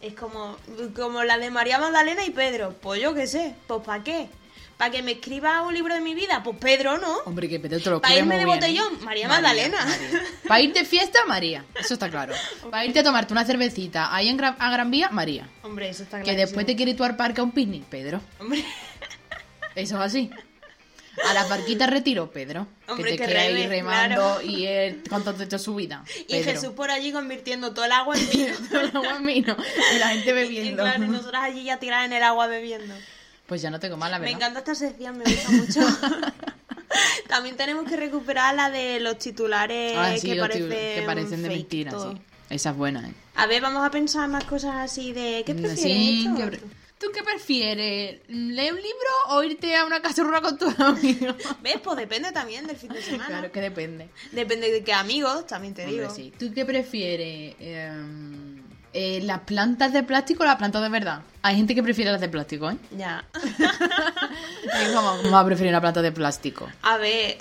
[SPEAKER 2] Es como, como la de María Magdalena y Pedro. Pues yo qué sé, pues para qué. ¿Para que me escriba un libro de mi vida? Pues Pedro no.
[SPEAKER 1] Hombre, que Pedro te lo
[SPEAKER 2] Pa'
[SPEAKER 1] cree
[SPEAKER 2] irme
[SPEAKER 1] muy
[SPEAKER 2] de
[SPEAKER 1] bien, ¿eh?
[SPEAKER 2] botellón, María Magdalena.
[SPEAKER 1] Para ir de fiesta, María. Eso está claro. Para irte a tomarte una cervecita ahí en Gran- a Gran Vía, María.
[SPEAKER 2] [LAUGHS] Hombre, eso está
[SPEAKER 1] Que
[SPEAKER 2] claro.
[SPEAKER 1] después te quiere ir tú al parque a un picnic, Pedro.
[SPEAKER 2] Hombre,
[SPEAKER 1] Eso es así. A la barquita retiro, Pedro.
[SPEAKER 2] Hombre,
[SPEAKER 1] que te
[SPEAKER 2] que
[SPEAKER 1] queda ahí
[SPEAKER 2] reme,
[SPEAKER 1] remando
[SPEAKER 2] claro.
[SPEAKER 1] y él contando toda su vida.
[SPEAKER 2] [LAUGHS] y
[SPEAKER 1] Pedro. [LAUGHS]
[SPEAKER 2] Jesús por allí convirtiendo todo el agua en vino.
[SPEAKER 1] El agua en vino, y la gente
[SPEAKER 2] [LAUGHS] Y
[SPEAKER 1] bebiendo.
[SPEAKER 2] claro, y nosotras allí ya tiradas en el agua bebiendo.
[SPEAKER 1] Pues ya no tengo más, la
[SPEAKER 2] Me
[SPEAKER 1] verdad.
[SPEAKER 2] encanta esta sección, me
[SPEAKER 1] [LAUGHS]
[SPEAKER 2] gusta mucho. También tenemos que recuperar la de los titulares
[SPEAKER 1] Ah, sí,
[SPEAKER 2] que,
[SPEAKER 1] los tibur-
[SPEAKER 2] parecen
[SPEAKER 1] que parecen de
[SPEAKER 2] fake,
[SPEAKER 1] mentira,
[SPEAKER 2] todo.
[SPEAKER 1] sí. Esa es buena, ¿eh?
[SPEAKER 2] A ver, vamos a pensar más cosas así de... ¿Qué prefieres
[SPEAKER 1] Mm, Sí,
[SPEAKER 2] esto?
[SPEAKER 1] que pre- ¿Tú qué prefieres? ¿Leer un libro o irte a una cacerrola con tus [LAUGHS] amigos?
[SPEAKER 2] ¿Ves? Pues depende también del fin de
[SPEAKER 1] [LAUGHS]
[SPEAKER 2] semana.
[SPEAKER 1] claro que depende.
[SPEAKER 2] Depende de qué amigos, también te
[SPEAKER 1] Hombre,
[SPEAKER 2] digo.
[SPEAKER 1] sí. ¿Tú qué prefieres? Em, eh, ¿Las plantas de plástico o las plantas de verdad? Hay gente que prefiere las de plástico,
[SPEAKER 2] [LAUGHS]
[SPEAKER 1] ¿eh?
[SPEAKER 2] Ya.
[SPEAKER 1] Es como, ¿cómo va a preferir una planta de plástico?
[SPEAKER 2] A ver,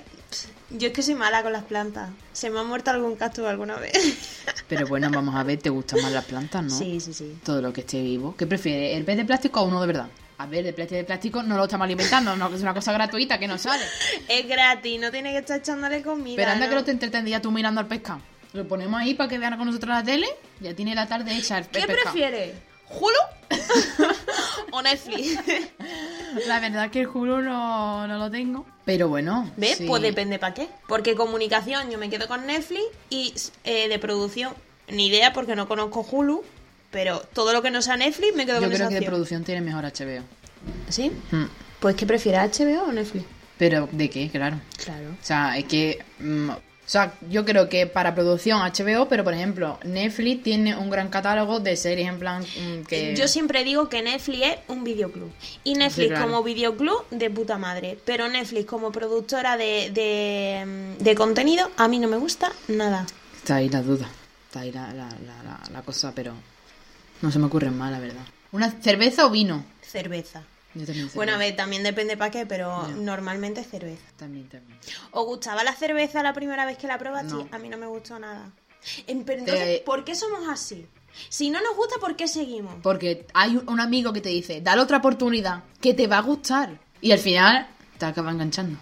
[SPEAKER 2] yo es que soy mala con las plantas. Se me ha muerto algún cactus alguna vez.
[SPEAKER 1] Pero bueno, vamos a ver, ¿te gustan más las plantas,
[SPEAKER 2] [LAUGHS]
[SPEAKER 1] no?
[SPEAKER 2] Sí, sí, sí.
[SPEAKER 1] Todo lo que esté vivo. ¿Qué prefieres? ¿El pez de plástico o uno de verdad? A ver, el pez de plástico no lo estamos alimentando, no, que es una cosa gratuita que no
[SPEAKER 2] [LAUGHS]
[SPEAKER 1] sale.
[SPEAKER 2] Es gratis, no tiene que estar echándole comida.
[SPEAKER 1] Pero anda
[SPEAKER 2] ¿no?
[SPEAKER 1] que no te entretendías tú mirando al pescado. Lo ponemos ahí para que vean con nosotros la tele. Ya tiene la tarde hecha el
[SPEAKER 2] ¿Qué
[SPEAKER 1] pescado.
[SPEAKER 2] prefieres?
[SPEAKER 1] ¿Hulu?
[SPEAKER 2] [LAUGHS] ¿O Netflix?
[SPEAKER 1] La verdad es que el Hulu no, no lo tengo. Pero bueno.
[SPEAKER 2] ¿Ves?
[SPEAKER 1] sí.
[SPEAKER 2] Pues depende para qué. Porque comunicación yo me quedo con Netflix y eh, de producción ni idea porque no conozco Hulu. Pero todo lo que no sea Netflix me quedo
[SPEAKER 1] Yo
[SPEAKER 2] con esa
[SPEAKER 1] creo que de
[SPEAKER 2] opción.
[SPEAKER 1] producción tiene mejor HBO.
[SPEAKER 2] ¿Sí?
[SPEAKER 1] Mm.
[SPEAKER 2] Pues que prefieras HBO o Netflix.
[SPEAKER 1] Pero ¿de qué? Claro.
[SPEAKER 2] Claro.
[SPEAKER 1] O sea, es que. mm, o sea, yo creo que para producción HBO, pero por ejemplo, Netflix tiene un gran catálogo de series en plan mm, que.
[SPEAKER 2] Eh, Yo siempre digo que Netflix es un videoclub. Y Netflix
[SPEAKER 1] claro.
[SPEAKER 2] como videoclub de puta madre. Pero Netflix como productora de, de, de contenido a mí no me gusta nada.
[SPEAKER 1] Está ahí la duda. Está ahí la, la- la- la- la cosa, pero. No se me ocurre más, la verdad. ¿Una cerveza o vino?
[SPEAKER 2] Cerveza.
[SPEAKER 1] Yo también.
[SPEAKER 2] Bueno, a
[SPEAKER 1] cerveza.
[SPEAKER 2] ver, también depende para qué, pero normalmente cerveza.
[SPEAKER 1] También, también.
[SPEAKER 2] ¿Os gustaba la cerveza la primera vez que la probaste?
[SPEAKER 1] No.
[SPEAKER 2] A mí no me gustó nada. En- pero entonces,
[SPEAKER 1] Te-
[SPEAKER 2] ¿por qué somos así? Si no nos gusta, ¿por qué seguimos?
[SPEAKER 1] Porque hay un un amigo que te dice, dale otra oportunidad, que te va a gustar. Y al final te acaba enganchando.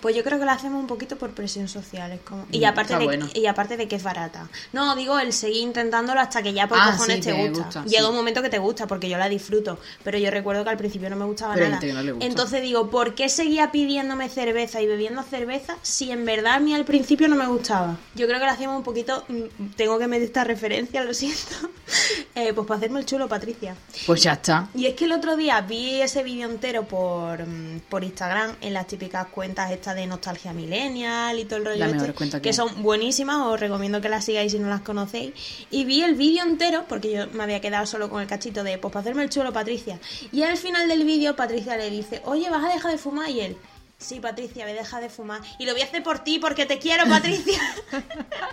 [SPEAKER 2] Pues yo creo que lo hacemos un poquito por presión social. es como- Y,
[SPEAKER 1] Mm,
[SPEAKER 2] aparte
[SPEAKER 1] está
[SPEAKER 2] de,
[SPEAKER 1] bueno.
[SPEAKER 2] y aparte de que es barata. No, digo, el seguir intentándolo hasta que ya por
[SPEAKER 1] Ah,
[SPEAKER 2] cojones
[SPEAKER 1] sí,
[SPEAKER 2] te
[SPEAKER 1] te
[SPEAKER 2] gusta.
[SPEAKER 1] gusta,
[SPEAKER 2] Llega
[SPEAKER 1] sí.
[SPEAKER 2] un momento que te gusta, porque yo la disfruto. Pero yo recuerdo que al principio no me gustaba
[SPEAKER 1] Pero hay
[SPEAKER 2] nada.
[SPEAKER 1] gente que no le gusta.
[SPEAKER 2] Entonces digo, ¿por qué seguía pidiéndome cerveza y bebiendo cerveza si en verdad a mí al principio no me gustaba? Yo creo que lo hacemos un poquito. mm, Tengo que meter esta referencia, lo siento. [LAUGHS] Eh, pues para hacerme el chulo, Patricia.
[SPEAKER 1] Pues ya está.
[SPEAKER 2] Y es que el otro día vi ese vídeo entero por, mm, por Instagram en las típicas cuentas estas de Nostalgia Millennial y todo el rollo.
[SPEAKER 1] Las mejores
[SPEAKER 2] este,
[SPEAKER 1] cuentas que
[SPEAKER 2] que
[SPEAKER 1] hay.
[SPEAKER 2] son buenísimas, os recomiendo que las sigáis si no las conocéis. Y vi el vídeo entero, porque yo me había quedado solo con el cachito de, pues para hacerme el chulo, Patricia. Y al final del vídeo, Patricia le dice, oye, ¿vas a dejar de fumar? Y él, sí, Patricia, me deja de fumar. Y lo voy a hacer por ti porque te quiero, Patricia. [LAUGHS]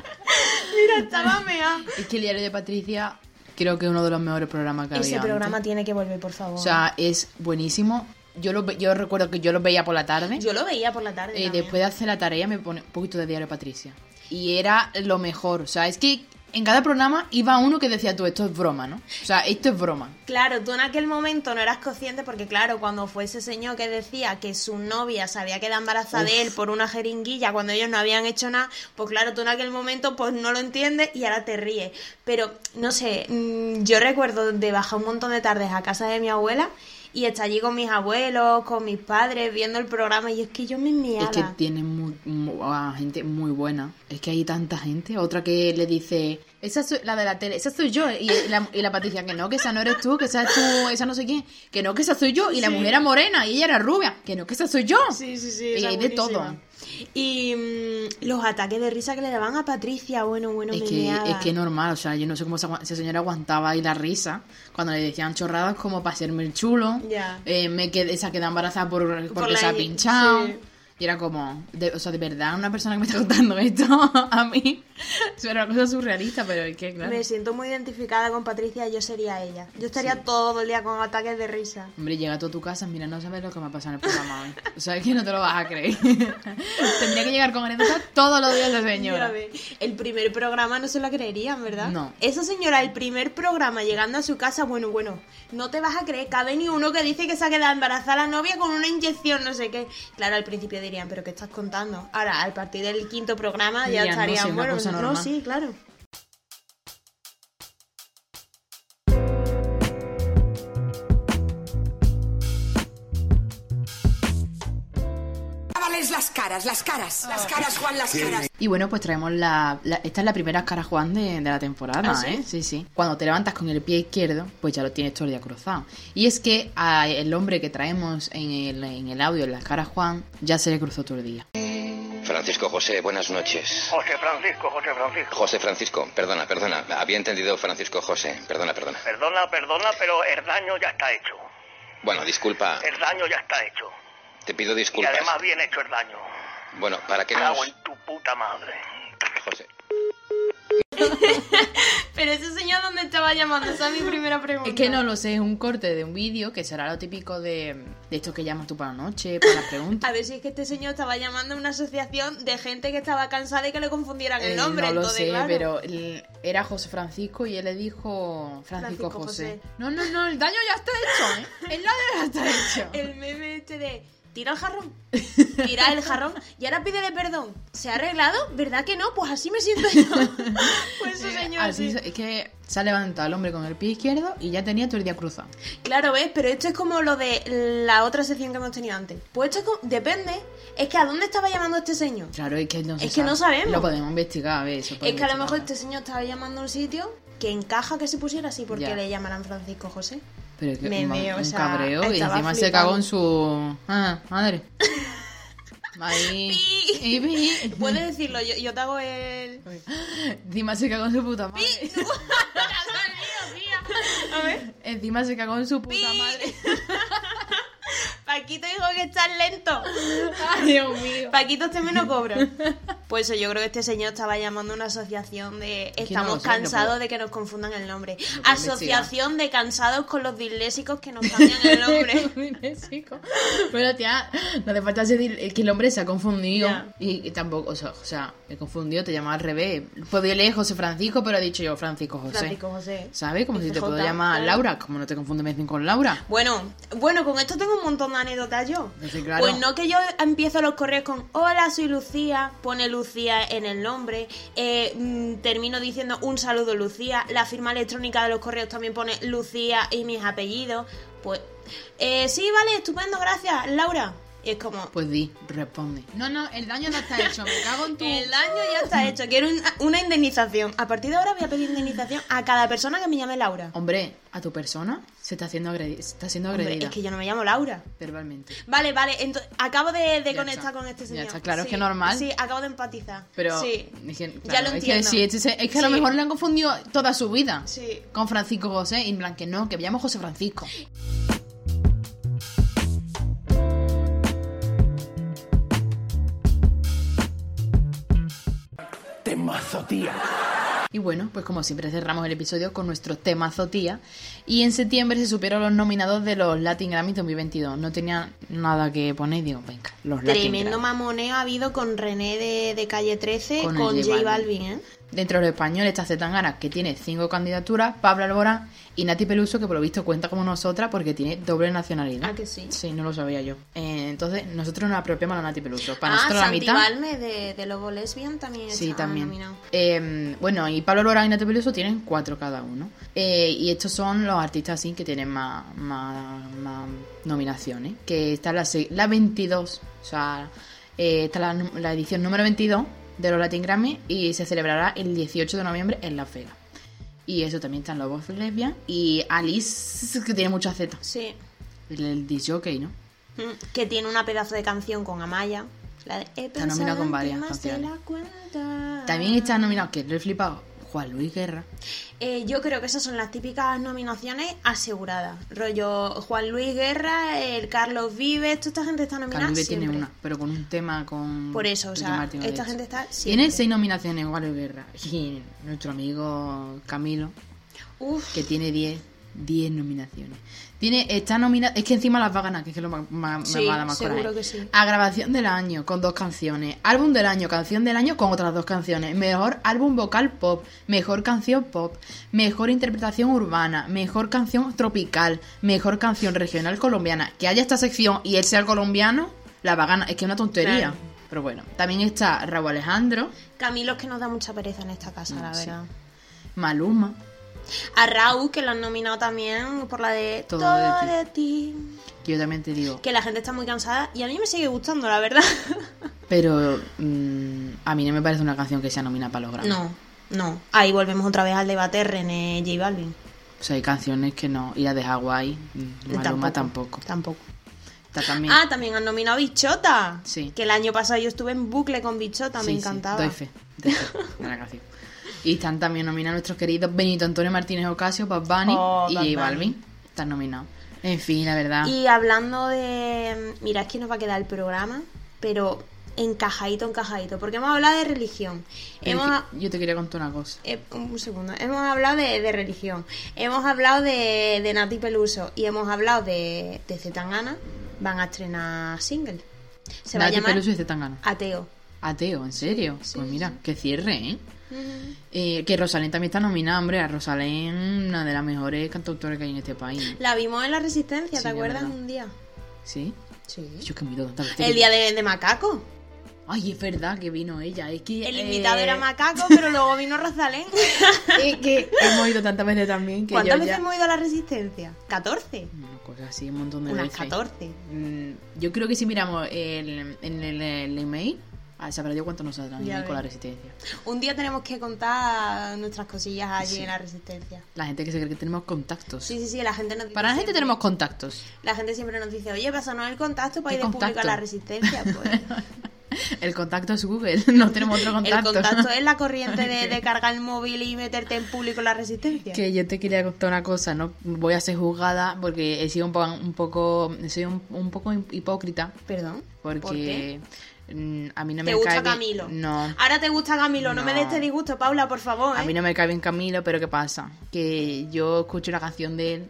[SPEAKER 2] Mira, estaba mea.
[SPEAKER 1] Es que el diario de Patricia creo que es uno de los mejores programas que había.
[SPEAKER 2] Ese programa
[SPEAKER 1] antes.
[SPEAKER 2] tiene que volver, por favor.
[SPEAKER 1] O sea, es buenísimo. Yo, lo, ve- yo recuerdo que yo lo veía por la tarde.
[SPEAKER 2] yo lo veía por la tarde.
[SPEAKER 1] y
[SPEAKER 2] también.
[SPEAKER 1] después de hacer la tarea me pone un poquito de diario de Patricia. Y era lo mejor. O sea, es que en cada programa iba uno que decía tú, esto es broma, ¿no? O sea, esto es broma.
[SPEAKER 2] Claro, tú en aquel momento no eras consciente porque claro, cuando fue ese señor que decía que su novia se había quedado embarazada de él por una jeringuilla cuando ellos no habían hecho nada, pues claro, tú en aquel momento pues no lo entiendes y ahora te ríes. Pero no sé, mm, yo recuerdo de bajar un montón de tardes a casa de mi abuela y estar allí con mis abuelos, con mis padres, viendo el programa y es que yo me
[SPEAKER 1] Es
[SPEAKER 2] miaba.
[SPEAKER 1] que tiene mu- mu- a gente muy buena. Es que hay tanta gente. Otra que le dice, esa soy la de la tele, esa soy yo. Y la, y la Patricia, que no, que esa no eres tú, que esa es tú, esa no sé quién. Que no, que esa soy yo. Y la mujer era morena y ella era rubia. Que no, que esa soy yo.
[SPEAKER 2] Sí, sí, sí.
[SPEAKER 1] Y
[SPEAKER 2] esa
[SPEAKER 1] hay
[SPEAKER 2] es
[SPEAKER 1] de todo.
[SPEAKER 2] buenísima. Y mm, los ataques de risa que le daban a Patricia, bueno, bueno,
[SPEAKER 1] Es
[SPEAKER 2] me
[SPEAKER 1] que,
[SPEAKER 2] meaba.
[SPEAKER 1] es que normal, o sea, yo no sé cómo esa, esa señora aguantaba ahí la risa cuando le decían chorradas como para hacerme el chulo.
[SPEAKER 2] Ya.
[SPEAKER 1] Eh, me quedé, se ha quedado embarazada por, porque
[SPEAKER 2] la-
[SPEAKER 1] se ha pinchado.
[SPEAKER 2] sí.
[SPEAKER 1] Y era como, de- o sea, de verdad, una persona que me está [LAUGHS] contando esto a mí. Era una cosa surrealista, pero es que, claro.
[SPEAKER 2] Me siento muy identificada con Patricia, yo sería ella. Yo estaría todo el día con ataques de risa.
[SPEAKER 1] Hombre, llega tú a tu casa, mira, no sabes lo que me ha pasado en el programa hoy. O sea, es que no te lo vas a creer. [LAUGHS] Tendría que llegar con anécdotas todos los días esa
[SPEAKER 2] Mira,
[SPEAKER 1] señora.
[SPEAKER 2] ve, El primer programa no se lo creerían, ¿verdad?
[SPEAKER 1] No.
[SPEAKER 2] Esa señora, el primer programa llegando a su casa, bueno, bueno, no te vas a creer, cabe ni uno que dice que se ha quedado embarazada la novia con una inyección, no sé qué. Claro, al principio dirían, pero ¿qué estás contando? Ahora, al partir del quinto programa ya
[SPEAKER 1] Dirían, no,
[SPEAKER 2] estarían,
[SPEAKER 1] sí, una
[SPEAKER 2] bueno,
[SPEAKER 1] cosa
[SPEAKER 2] no,
[SPEAKER 1] normal".
[SPEAKER 2] sí, claro.
[SPEAKER 3] Dávales las caras.
[SPEAKER 5] caras, las caras, las caras, Juan, las caras.
[SPEAKER 1] Y bueno, pues traemos la, la- Esta es la primera cara Juan de, de la temporada, ¿eh? Sí, sí. Cuando te levantas con el pie izquierdo, pues ya lo tienes todo el día cruzado. Y es que a el hombre que traemos en el, en el audio, en la cara Juan, ya se le cruzó todo el día.
[SPEAKER 6] Francisco José, buenas noches.
[SPEAKER 7] José Francisco, José Francisco.
[SPEAKER 6] José Francisco, perdona, perdona. Había entendido Francisco José. Perdona, perdona.
[SPEAKER 7] Perdona, perdona, pero el daño ya está hecho.
[SPEAKER 6] Bueno, disculpa.
[SPEAKER 7] El daño ya está hecho.
[SPEAKER 6] Te pido
[SPEAKER 7] Y
[SPEAKER 6] disculpas.
[SPEAKER 7] además Ah, bien hecho el daño.
[SPEAKER 6] Bueno, ¿para qué nos...
[SPEAKER 7] Cago en tu puta madre.
[SPEAKER 6] José.
[SPEAKER 2] Pero ese señor, ¿dónde estaba llamando? Esa es mi primera pregunta.
[SPEAKER 1] Es que no lo sé, es un corte de un vídeo que será lo típico de, de esto que llamas tú para la noche, para las
[SPEAKER 2] [LAUGHS]
[SPEAKER 1] preguntas.
[SPEAKER 2] A ver si es que este señor estaba llamando a una asociación de gente que estaba cansada y que le confundieran el
[SPEAKER 1] Eh,
[SPEAKER 2] nombre.
[SPEAKER 1] no lo
[SPEAKER 2] entonces,
[SPEAKER 1] sé,
[SPEAKER 2] claro.
[SPEAKER 1] pero el- era José Francisco y él le dijo Francisco,
[SPEAKER 2] Francisco
[SPEAKER 1] José.
[SPEAKER 2] José.
[SPEAKER 1] No, no, no, el daño ya está hecho, ¿eh? El daño ya está hecho.
[SPEAKER 2] [LAUGHS] El meme este de tira el jarrón, tira el jarrón y ahora pídele perdón. ¿Se ha arreglado? ¿Verdad que no? Pues así me siento yo. [LAUGHS] pues eso,
[SPEAKER 1] Eh,
[SPEAKER 2] señor.
[SPEAKER 1] así
[SPEAKER 2] sí.
[SPEAKER 1] so- Es que se ha levantado el hombre con el pie izquierdo y ya tenía todo el día cruzado.
[SPEAKER 2] Claro, ¿ves? Pero esto es como lo de la otra sección que hemos tenido antes. Pues esto es como- depende. Es que ¿a dónde estaba llamando este señor?
[SPEAKER 1] Claro, es que no se
[SPEAKER 2] Es que no
[SPEAKER 1] sabe.
[SPEAKER 2] sabemos.
[SPEAKER 1] Lo podemos investigar, a ver. eso
[SPEAKER 2] Es
[SPEAKER 1] podemos
[SPEAKER 2] que a lo mejor
[SPEAKER 1] investigar.
[SPEAKER 2] este señor estaba llamando a un sitio que encaja que se pusiera así porque
[SPEAKER 1] Ya.
[SPEAKER 2] le llamarán Francisco José.
[SPEAKER 1] Pero es que
[SPEAKER 2] Me
[SPEAKER 1] un,
[SPEAKER 2] veo,
[SPEAKER 1] un
[SPEAKER 2] o sea,
[SPEAKER 1] cabreo y
[SPEAKER 2] estaba
[SPEAKER 1] encima se
[SPEAKER 2] flipando.
[SPEAKER 1] cagó en su... Ah, madre. Ahí.
[SPEAKER 2] Pi.
[SPEAKER 1] Y
[SPEAKER 2] [LAUGHS]
[SPEAKER 1] pi. [LAUGHS]
[SPEAKER 2] Puedes decirlo, yo, yo te hago el...
[SPEAKER 1] Encima se cagó en su puta madre. [LAUGHS]
[SPEAKER 2] A ver.
[SPEAKER 1] Encima se cagó en su puta
[SPEAKER 2] [LAUGHS]
[SPEAKER 1] madre.
[SPEAKER 2] Paquito dijo que estás lento.
[SPEAKER 1] Ay, Dios mío.
[SPEAKER 2] Paquito, este menos cobro. Pues eso, yo creo que este señor estaba llamando a una asociación de...
[SPEAKER 1] que
[SPEAKER 2] Estamos
[SPEAKER 1] no lo sé, no
[SPEAKER 2] cansados
[SPEAKER 1] puedo-
[SPEAKER 2] de que nos confundan el nombre.
[SPEAKER 1] No puedo
[SPEAKER 2] asociación de cansados con los disléxicos que nos cambian
[SPEAKER 1] [LAUGHS]
[SPEAKER 2] el nombre.
[SPEAKER 1] Disléxico. Pero tía, no hace falta decir es que el hombre se ha confundido.
[SPEAKER 2] Ya.
[SPEAKER 1] Y, y tampoco, o sea, o sea, me confundió, te llamaba al revés. Podía leer José Francisco, pero he dicho yo Francisco José.
[SPEAKER 2] Francisco José.
[SPEAKER 1] ¿Sabes? Como si te
[SPEAKER 2] FJ,
[SPEAKER 1] puedo llamar
[SPEAKER 2] claro.
[SPEAKER 1] Laura, como no te confundes con Laura.
[SPEAKER 2] Bueno, bueno, con esto tengo un montón de anécdotas yo.
[SPEAKER 1] Entonces, claro.
[SPEAKER 2] Pues no que yo empiezo los correos con Hola, soy Lucía, pone Lucía en el nombre, eh, mm, termino diciendo un saludo Lucía, la firma electrónica de los correos también pone Lucía y mis apellidos, pues eh, sí, vale, estupendo, gracias, Laura. Y es como,
[SPEAKER 1] Pues di, responde. No, no, el daño no está hecho, me cago en tu...
[SPEAKER 2] el daño ya está hecho, quiero una, una indemnización. A partir de ahora voy a pedir indemnización a cada persona que me llame Laura.
[SPEAKER 1] Hombre, a tu persona se está haciendo agredi- se está siendo
[SPEAKER 2] Hombre,
[SPEAKER 1] agredida
[SPEAKER 2] es que yo no me llamo Laura.
[SPEAKER 1] verbalmente.
[SPEAKER 2] Vale, vale, ento- acabo de, de
[SPEAKER 1] Ya
[SPEAKER 2] conectar
[SPEAKER 1] está.
[SPEAKER 2] con este
[SPEAKER 1] Ya
[SPEAKER 2] señor.
[SPEAKER 1] está, claro, es que normal.
[SPEAKER 2] Sí, acabo de empatizar.
[SPEAKER 1] Pero
[SPEAKER 2] sí.
[SPEAKER 1] es que, claro,
[SPEAKER 2] ya lo
[SPEAKER 1] es que
[SPEAKER 2] entiendo.
[SPEAKER 1] sí, es, es- es que a lo
[SPEAKER 2] Sí.
[SPEAKER 1] mejor le han confundido toda su vida
[SPEAKER 2] Sí.
[SPEAKER 1] con Francisco José y en plan que no, que me llamo José Francisco.
[SPEAKER 7] Temazo, tía.
[SPEAKER 1] Y bueno, pues como siempre cerramos el episodio con nuestro tema Zotía. Y en septiembre se supieron los nominados de los Latin Grammy 2022. No tenía nada que poner, y digo, venga, los Latin
[SPEAKER 2] Tremendo
[SPEAKER 1] Grammy.
[SPEAKER 2] mamoneo ha habido con René de, de Calle 13,
[SPEAKER 1] Con
[SPEAKER 2] con,
[SPEAKER 1] el J
[SPEAKER 2] J
[SPEAKER 1] Balvin.
[SPEAKER 2] Balvin, ¿eh?
[SPEAKER 1] Dentro de los españoles está Zetangana, que tiene cinco candidaturas, Pablo Alborán y Nati Peluso, que por lo visto cuenta como nosotras porque tiene doble nacionalidad.
[SPEAKER 2] Ah, que sí.
[SPEAKER 1] Sí, no lo sabía yo. Eh, entonces, nosotros nos apropiamos a la Nati Peluso. Para
[SPEAKER 2] ah,
[SPEAKER 1] nosotros la
[SPEAKER 2] Santi
[SPEAKER 1] mitad.
[SPEAKER 2] Balme de, de Lobo Lesbian también
[SPEAKER 1] Sí,
[SPEAKER 2] está
[SPEAKER 1] también.
[SPEAKER 2] nominado.
[SPEAKER 1] Eh, bueno, y Pablo Alborán y Nati Peluso tienen cuatro cada uno. Eh, y estos son los artistas así que tienen más, más, más nominaciones. ¿eh? Que está la, se- la 22, o sea, eh, está la, nu- la edición número 22 de los Latin Grammy y se celebrará el 18 de noviembre en Las Vegas. Y eso también están los voz lesbian y Alice, que tiene muchas Z.
[SPEAKER 2] Sí.
[SPEAKER 1] El, el disc jockey, ¿no?
[SPEAKER 2] Mm, Que tiene una pedazo de canción con Amaya. La de He pensado
[SPEAKER 1] nominado con
[SPEAKER 2] en ti
[SPEAKER 1] varias
[SPEAKER 2] más de
[SPEAKER 1] canciones.
[SPEAKER 2] la cuenta.
[SPEAKER 1] También está nominado, que lo he flipado, Juan Luis Guerra.
[SPEAKER 2] Eh, yo creo que esas son las típicas nominaciones aseguradas. Rollo Juan Luis Guerra, el Carlos Vives, toda esta gente está nominada.
[SPEAKER 1] Caribe tiene
[SPEAKER 2] siempre.
[SPEAKER 1] una, pero con un tema con.
[SPEAKER 2] Por eso, o
[SPEAKER 1] Ricky
[SPEAKER 2] sea,
[SPEAKER 1] Martin,
[SPEAKER 2] esta
[SPEAKER 1] de hecho.
[SPEAKER 2] gente está
[SPEAKER 1] Tiene
[SPEAKER 2] siempre.
[SPEAKER 1] seis nominaciones igual de guerra. Y nuestro amigo Camilo,
[SPEAKER 2] Uf,
[SPEAKER 1] que tiene diez. Diez nominaciones. Tiene, está nominada. Es que encima las va a ganar, que es que lo ma- ma- me
[SPEAKER 2] Sí,
[SPEAKER 1] va a dar más
[SPEAKER 2] seguro
[SPEAKER 1] coraje.
[SPEAKER 2] que sí.
[SPEAKER 1] A grabación del año, con dos canciones. Álbum del año, canción del año, con otras dos canciones. Mejor álbum vocal pop. Mejor canción pop. Mejor interpretación urbana. Mejor canción tropical. Mejor canción regional colombiana. Que haya esta sección y él sea el colombiano, la va a ganar. Es que es una tontería.
[SPEAKER 2] Claro.
[SPEAKER 1] Pero bueno. También está Raúl Alejandro.
[SPEAKER 2] Camilo es que nos da mucha pereza en esta casa, la
[SPEAKER 1] Mm, sí.
[SPEAKER 2] verdad.
[SPEAKER 1] Maluma.
[SPEAKER 2] A Raúl, que lo han nominado también por la de
[SPEAKER 1] Todo
[SPEAKER 2] Todo,
[SPEAKER 1] de
[SPEAKER 2] de, ti.
[SPEAKER 1] Que yo también te digo.
[SPEAKER 2] Que la gente está muy cansada y a mí me sigue gustando, la verdad.
[SPEAKER 1] Pero mm, a mí no me parece una canción que sea nominada para los Grammy.
[SPEAKER 2] No, no. Ahí volvemos otra vez al debate René J Balvin.
[SPEAKER 1] O sea, hay canciones que no. Y la de Hawái, mm, Maluma tampoco.
[SPEAKER 2] Tampoco.
[SPEAKER 1] Está también.
[SPEAKER 2] Ah, también han nominado a Bichota.
[SPEAKER 1] Sí.
[SPEAKER 2] Que el año pasado yo estuve en bucle con Bichota,
[SPEAKER 1] Sí,
[SPEAKER 2] me
[SPEAKER 1] sí,
[SPEAKER 2] encantaba.
[SPEAKER 1] doy fe, doy
[SPEAKER 2] [LAUGHS]
[SPEAKER 1] fe de la canción. Y están también nominados nuestros queridos Benito Antonio Martínez Ocasio, Bad Bunny
[SPEAKER 2] Oh,
[SPEAKER 1] y
[SPEAKER 2] Bad
[SPEAKER 1] J
[SPEAKER 2] Bunny.
[SPEAKER 1] Balvin. Están nominados. En fin, la verdad.
[SPEAKER 2] Y hablando de. Mira, es que nos va a quedar el programa, pero encajadito, encajadito. Porque hemos hablado de religión.
[SPEAKER 1] Pero
[SPEAKER 2] Hemos.
[SPEAKER 1] es que yo te quería contar una cosa.
[SPEAKER 2] eh, un segundo. Hemos hablado de, de religión. Hemos hablado de, de Nati Peluso. Y hemos hablado de, de Zetangana. Van a estrenar single. Se
[SPEAKER 1] Nati
[SPEAKER 2] va a
[SPEAKER 1] Peluso y
[SPEAKER 2] llamar
[SPEAKER 1] Zetangana.
[SPEAKER 2] Ateo.
[SPEAKER 1] Ateo, ¿en serio?
[SPEAKER 2] Sí,
[SPEAKER 1] pues
[SPEAKER 2] sí,
[SPEAKER 1] mira,
[SPEAKER 2] sí.
[SPEAKER 1] que cierre, ¿eh? Eh, que Rosalén también está nominada, hombre. A Rosalén, una de las mejores cantautores que hay en este país.
[SPEAKER 2] La vimos en la Resistencia,
[SPEAKER 1] Sí,
[SPEAKER 2] ¿te
[SPEAKER 1] es
[SPEAKER 2] acuerdas?
[SPEAKER 1] verdad.
[SPEAKER 2] Un día.
[SPEAKER 1] ¿Sí?
[SPEAKER 2] Sí.
[SPEAKER 1] Yo que miro tantas veces
[SPEAKER 2] El
[SPEAKER 1] que-
[SPEAKER 2] día de, de Macaco.
[SPEAKER 1] Ay, es verdad que vino ella. Es que.
[SPEAKER 2] El
[SPEAKER 1] eh,
[SPEAKER 2] invitado era Macaco, pero luego vino Rosalén.
[SPEAKER 1] Es
[SPEAKER 2] [LAUGHS]
[SPEAKER 1] que hemos ido tantas veces también [LAUGHS] que yo
[SPEAKER 2] ¿Cuántas veces
[SPEAKER 1] ya-
[SPEAKER 2] hemos ido a la Resistencia? ¿14?
[SPEAKER 1] Una cosa así, un montón de
[SPEAKER 2] Unas
[SPEAKER 1] veces.
[SPEAKER 2] 14.
[SPEAKER 1] Mm, Yo creo que si miramos el, en el, el email, ah, sabrá Dios cuánto nos saldrá el
[SPEAKER 2] Ya
[SPEAKER 1] email con la
[SPEAKER 2] ves.
[SPEAKER 1] resistencia.
[SPEAKER 2] Un día tenemos que contar nuestras cosillas allí
[SPEAKER 1] Sí.
[SPEAKER 2] en la Resistencia.
[SPEAKER 1] La gente que se cree que tenemos contactos.
[SPEAKER 2] Sí, sí, sí, la gente nos dice
[SPEAKER 1] Para la gente
[SPEAKER 2] siempre-
[SPEAKER 1] tenemos contactos.
[SPEAKER 2] La gente siempre nos dice, oye, pásanos el contacto para
[SPEAKER 1] ¿Qué
[SPEAKER 2] ir de público a
[SPEAKER 1] contacto?
[SPEAKER 2] la
[SPEAKER 1] [LAUGHS]
[SPEAKER 2] Resistencia. Pues,
[SPEAKER 1] El contacto es Google, [LAUGHS] no tenemos otro
[SPEAKER 2] el
[SPEAKER 1] contacto. [LAUGHS]
[SPEAKER 2] contacto es la corriente de, de cargar el móvil y meterte en público en la Resistencia.
[SPEAKER 1] Que yo te quería contar una cosa, no voy a ser juzgada porque he sido un, po- un poco soy un, un poco hipócrita
[SPEAKER 2] Perdón.
[SPEAKER 1] porque
[SPEAKER 2] ¿Por qué?
[SPEAKER 1] mm, a mí no
[SPEAKER 2] ¿Te
[SPEAKER 1] me
[SPEAKER 2] gusta
[SPEAKER 1] cae bien-
[SPEAKER 2] Camilo?
[SPEAKER 1] No.
[SPEAKER 2] Ahora te gusta Camilo, no, me
[SPEAKER 1] No.
[SPEAKER 2] des este disgusto, Paula, por favor.
[SPEAKER 1] A
[SPEAKER 2] ¿eh?
[SPEAKER 1] mí no me cae bien Camilo, pero ¿qué pasa? Que yo escucho la canción de él,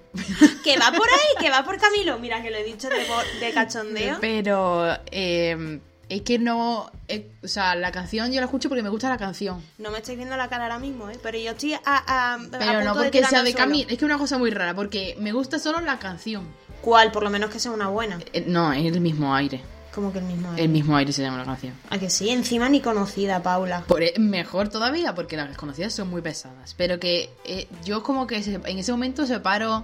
[SPEAKER 2] Que va por ahí, que va
[SPEAKER 1] [LAUGHS]
[SPEAKER 2] por Camilo. Mira, que lo he dicho de, bo- de cachondeo.
[SPEAKER 1] pero eh, es que no... eh, o sea, la canción yo la escucho porque me gusta la canción.
[SPEAKER 2] No me estáis viendo la cara ahora mismo, ¿eh? Pero yo estoy a, a- a
[SPEAKER 1] Pero
[SPEAKER 2] punto
[SPEAKER 1] no
[SPEAKER 2] de
[SPEAKER 1] porque sea
[SPEAKER 2] tirarme
[SPEAKER 1] de
[SPEAKER 2] al suelo.
[SPEAKER 1] Camilo. Es que es una cosa muy rara, porque me gusta solo la canción.
[SPEAKER 2] ¿Cuál? Por lo menos que sea una buena.
[SPEAKER 1] Eh, no, es el mismo aire.
[SPEAKER 2] Como que el mismo.
[SPEAKER 1] El mismo aire se llama la canción.
[SPEAKER 2] ¿A que sí? Encima ni conocida, Paula.
[SPEAKER 1] Por, e- mejor todavía, porque las desconocidas son muy pesadas. Pero que eh, yo como que se- en ese momento separo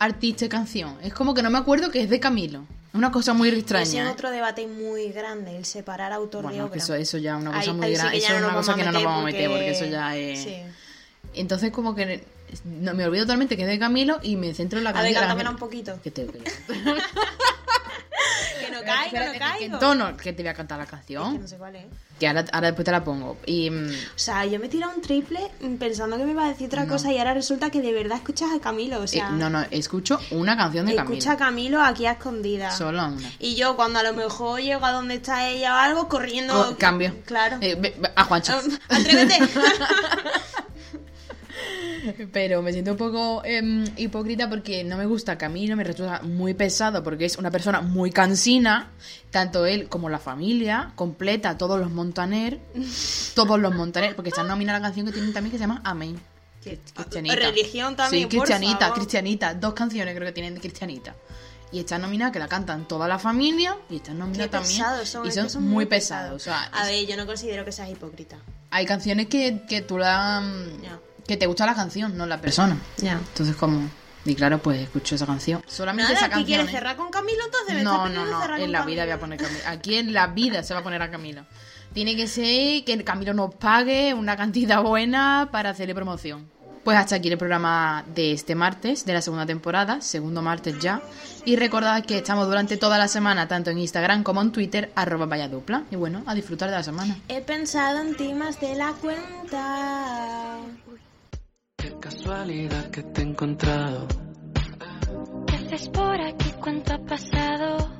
[SPEAKER 1] artista y canción. Es como que no me acuerdo que es de Camilo. Es una cosa muy
[SPEAKER 2] Ese
[SPEAKER 1] extraña.
[SPEAKER 2] es
[SPEAKER 1] ¿eh?
[SPEAKER 2] otro debate muy grande, el separar autor de
[SPEAKER 1] Bueno,
[SPEAKER 2] obra.
[SPEAKER 1] que eso, eso ya es una cosa
[SPEAKER 2] Ahí-
[SPEAKER 1] muy
[SPEAKER 2] ahí sí
[SPEAKER 1] grande.
[SPEAKER 2] que ya
[SPEAKER 1] eso es
[SPEAKER 2] nos
[SPEAKER 1] una cosa que no nos vamos a meter,
[SPEAKER 2] porque-
[SPEAKER 1] porque eso ya es...
[SPEAKER 2] Sí.
[SPEAKER 1] Entonces como que no, me olvido totalmente que es de Camilo y me centro en la
[SPEAKER 2] A ver,
[SPEAKER 1] canción. la
[SPEAKER 2] cántamela un
[SPEAKER 1] gente-
[SPEAKER 2] poquito. [LAUGHS]
[SPEAKER 1] Que te... que-
[SPEAKER 2] Que no caigo,
[SPEAKER 1] Espérate,
[SPEAKER 2] no
[SPEAKER 1] que- que
[SPEAKER 2] caigo.
[SPEAKER 1] en tono que te voy a cantar la
[SPEAKER 2] Es que no
[SPEAKER 1] canción.
[SPEAKER 2] sé cuál es.
[SPEAKER 1] Que ahora, ahora después te la pongo. Y mm,
[SPEAKER 2] O sea, yo me he tirado un triple mm, pensando que me iba a decir otra cosa y ahora resulta que de verdad escuchas a Camilo. O sea,
[SPEAKER 1] eh, no, no, escucho una canción de Camilo.
[SPEAKER 2] escucha a Camilo aquí a escondidas.
[SPEAKER 1] Solo una.
[SPEAKER 2] Y yo cuando a lo mejor llego a donde está ella o algo, corriendo...
[SPEAKER 1] Co- Ah, cambio.
[SPEAKER 2] Claro.
[SPEAKER 1] Eh, ve- ve- a Juancho.
[SPEAKER 2] Um, [LAUGHS] atrévete.
[SPEAKER 1] [LAUGHS] Pero me siento un poco em, hipócrita porque no me gusta Camilo, me resulta muy pesado porque es una persona muy cansina, tanto él como la familia, completa todos los Montaner,
[SPEAKER 2] [LAUGHS]
[SPEAKER 1] todos los Montaner, porque está nominada la canción que tienen también que se llama Amén.
[SPEAKER 2] Que-
[SPEAKER 1] Cristianita.
[SPEAKER 2] Religión también,
[SPEAKER 1] Sí,
[SPEAKER 2] por
[SPEAKER 1] Cristianita,
[SPEAKER 2] favor.
[SPEAKER 1] Cristianita, dos canciones creo que tienen de Cristianita. Y están nominadas que la cantan toda la familia y están
[SPEAKER 2] Qué
[SPEAKER 1] nominadas también.
[SPEAKER 2] pesados son,
[SPEAKER 1] y
[SPEAKER 2] es
[SPEAKER 1] son,
[SPEAKER 2] que son
[SPEAKER 1] muy pesados. o sea,
[SPEAKER 2] a ver, yo no considero que seas hipócrita.
[SPEAKER 1] hay canciones que, que tú la. mm,
[SPEAKER 2] Ya.
[SPEAKER 1] que te gusta la canción, no la persona.
[SPEAKER 2] Ya.
[SPEAKER 1] Entonces, como. Y claro, pues escucho esa canción. Solamente esa
[SPEAKER 2] Nada, ¿qué
[SPEAKER 1] canción.
[SPEAKER 2] quieres
[SPEAKER 1] ¿eh?
[SPEAKER 2] cerrar con Camilo? Entonces me
[SPEAKER 1] No,
[SPEAKER 2] estás
[SPEAKER 1] no,
[SPEAKER 2] pidiendo
[SPEAKER 1] no.
[SPEAKER 2] cerrar
[SPEAKER 1] En
[SPEAKER 2] con
[SPEAKER 1] la vida voy
[SPEAKER 2] Camilo.
[SPEAKER 1] a poner Camilo. Aquí en la vida se va a poner a Camilo. Tiene que ser que el Camilo nos pague una cantidad buena para hacerle promoción. Pues hasta aquí el programa de este martes, de la segunda temporada, segundo martes ya. Y recordad que estamos durante toda la semana, tanto en Instagram como en Twitter, arroba valladupla. Y bueno, a disfrutar de la semana.
[SPEAKER 2] He pensado en ti más de la cuenta.
[SPEAKER 8] Qué casualidad que te he encontrado.
[SPEAKER 9] ¿Qué haces por aquí? ¿Cuánto ha pasado?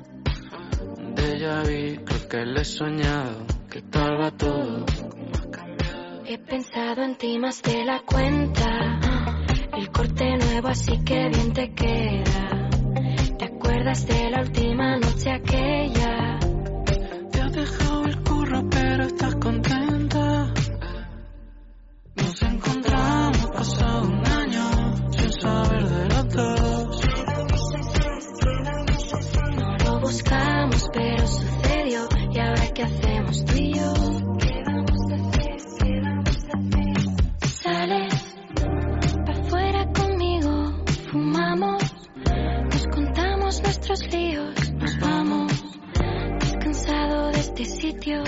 [SPEAKER 8] Deja vi, creo que le he soñado. ¿Qué tal va todo?
[SPEAKER 9] He pensado en ti más de la cuenta. El corte nuevo, así que bien te queda. ¿Te acuerdas de la última noche aquella?
[SPEAKER 8] Te has dejado el curro, pero estás contenta. Nos encontramos pasado un año, sin saber de los dos.
[SPEAKER 9] No lo buscamos, pero sucedió. ¿Y ahora qué hacemos tú y yo? ¿Qué vamos a hacer? ¿Qué vamos a hacer? Sales pa' afuera conmigo, fumamos, nos contamos nuestros líos, nos vamos. Descansado de este este sitio.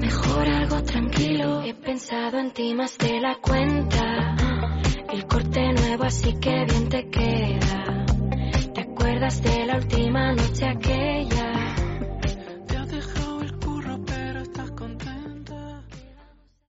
[SPEAKER 9] Mejor algo tranquilo. He pensado en ti más de la cuenta. El corte nuevo, así que bien te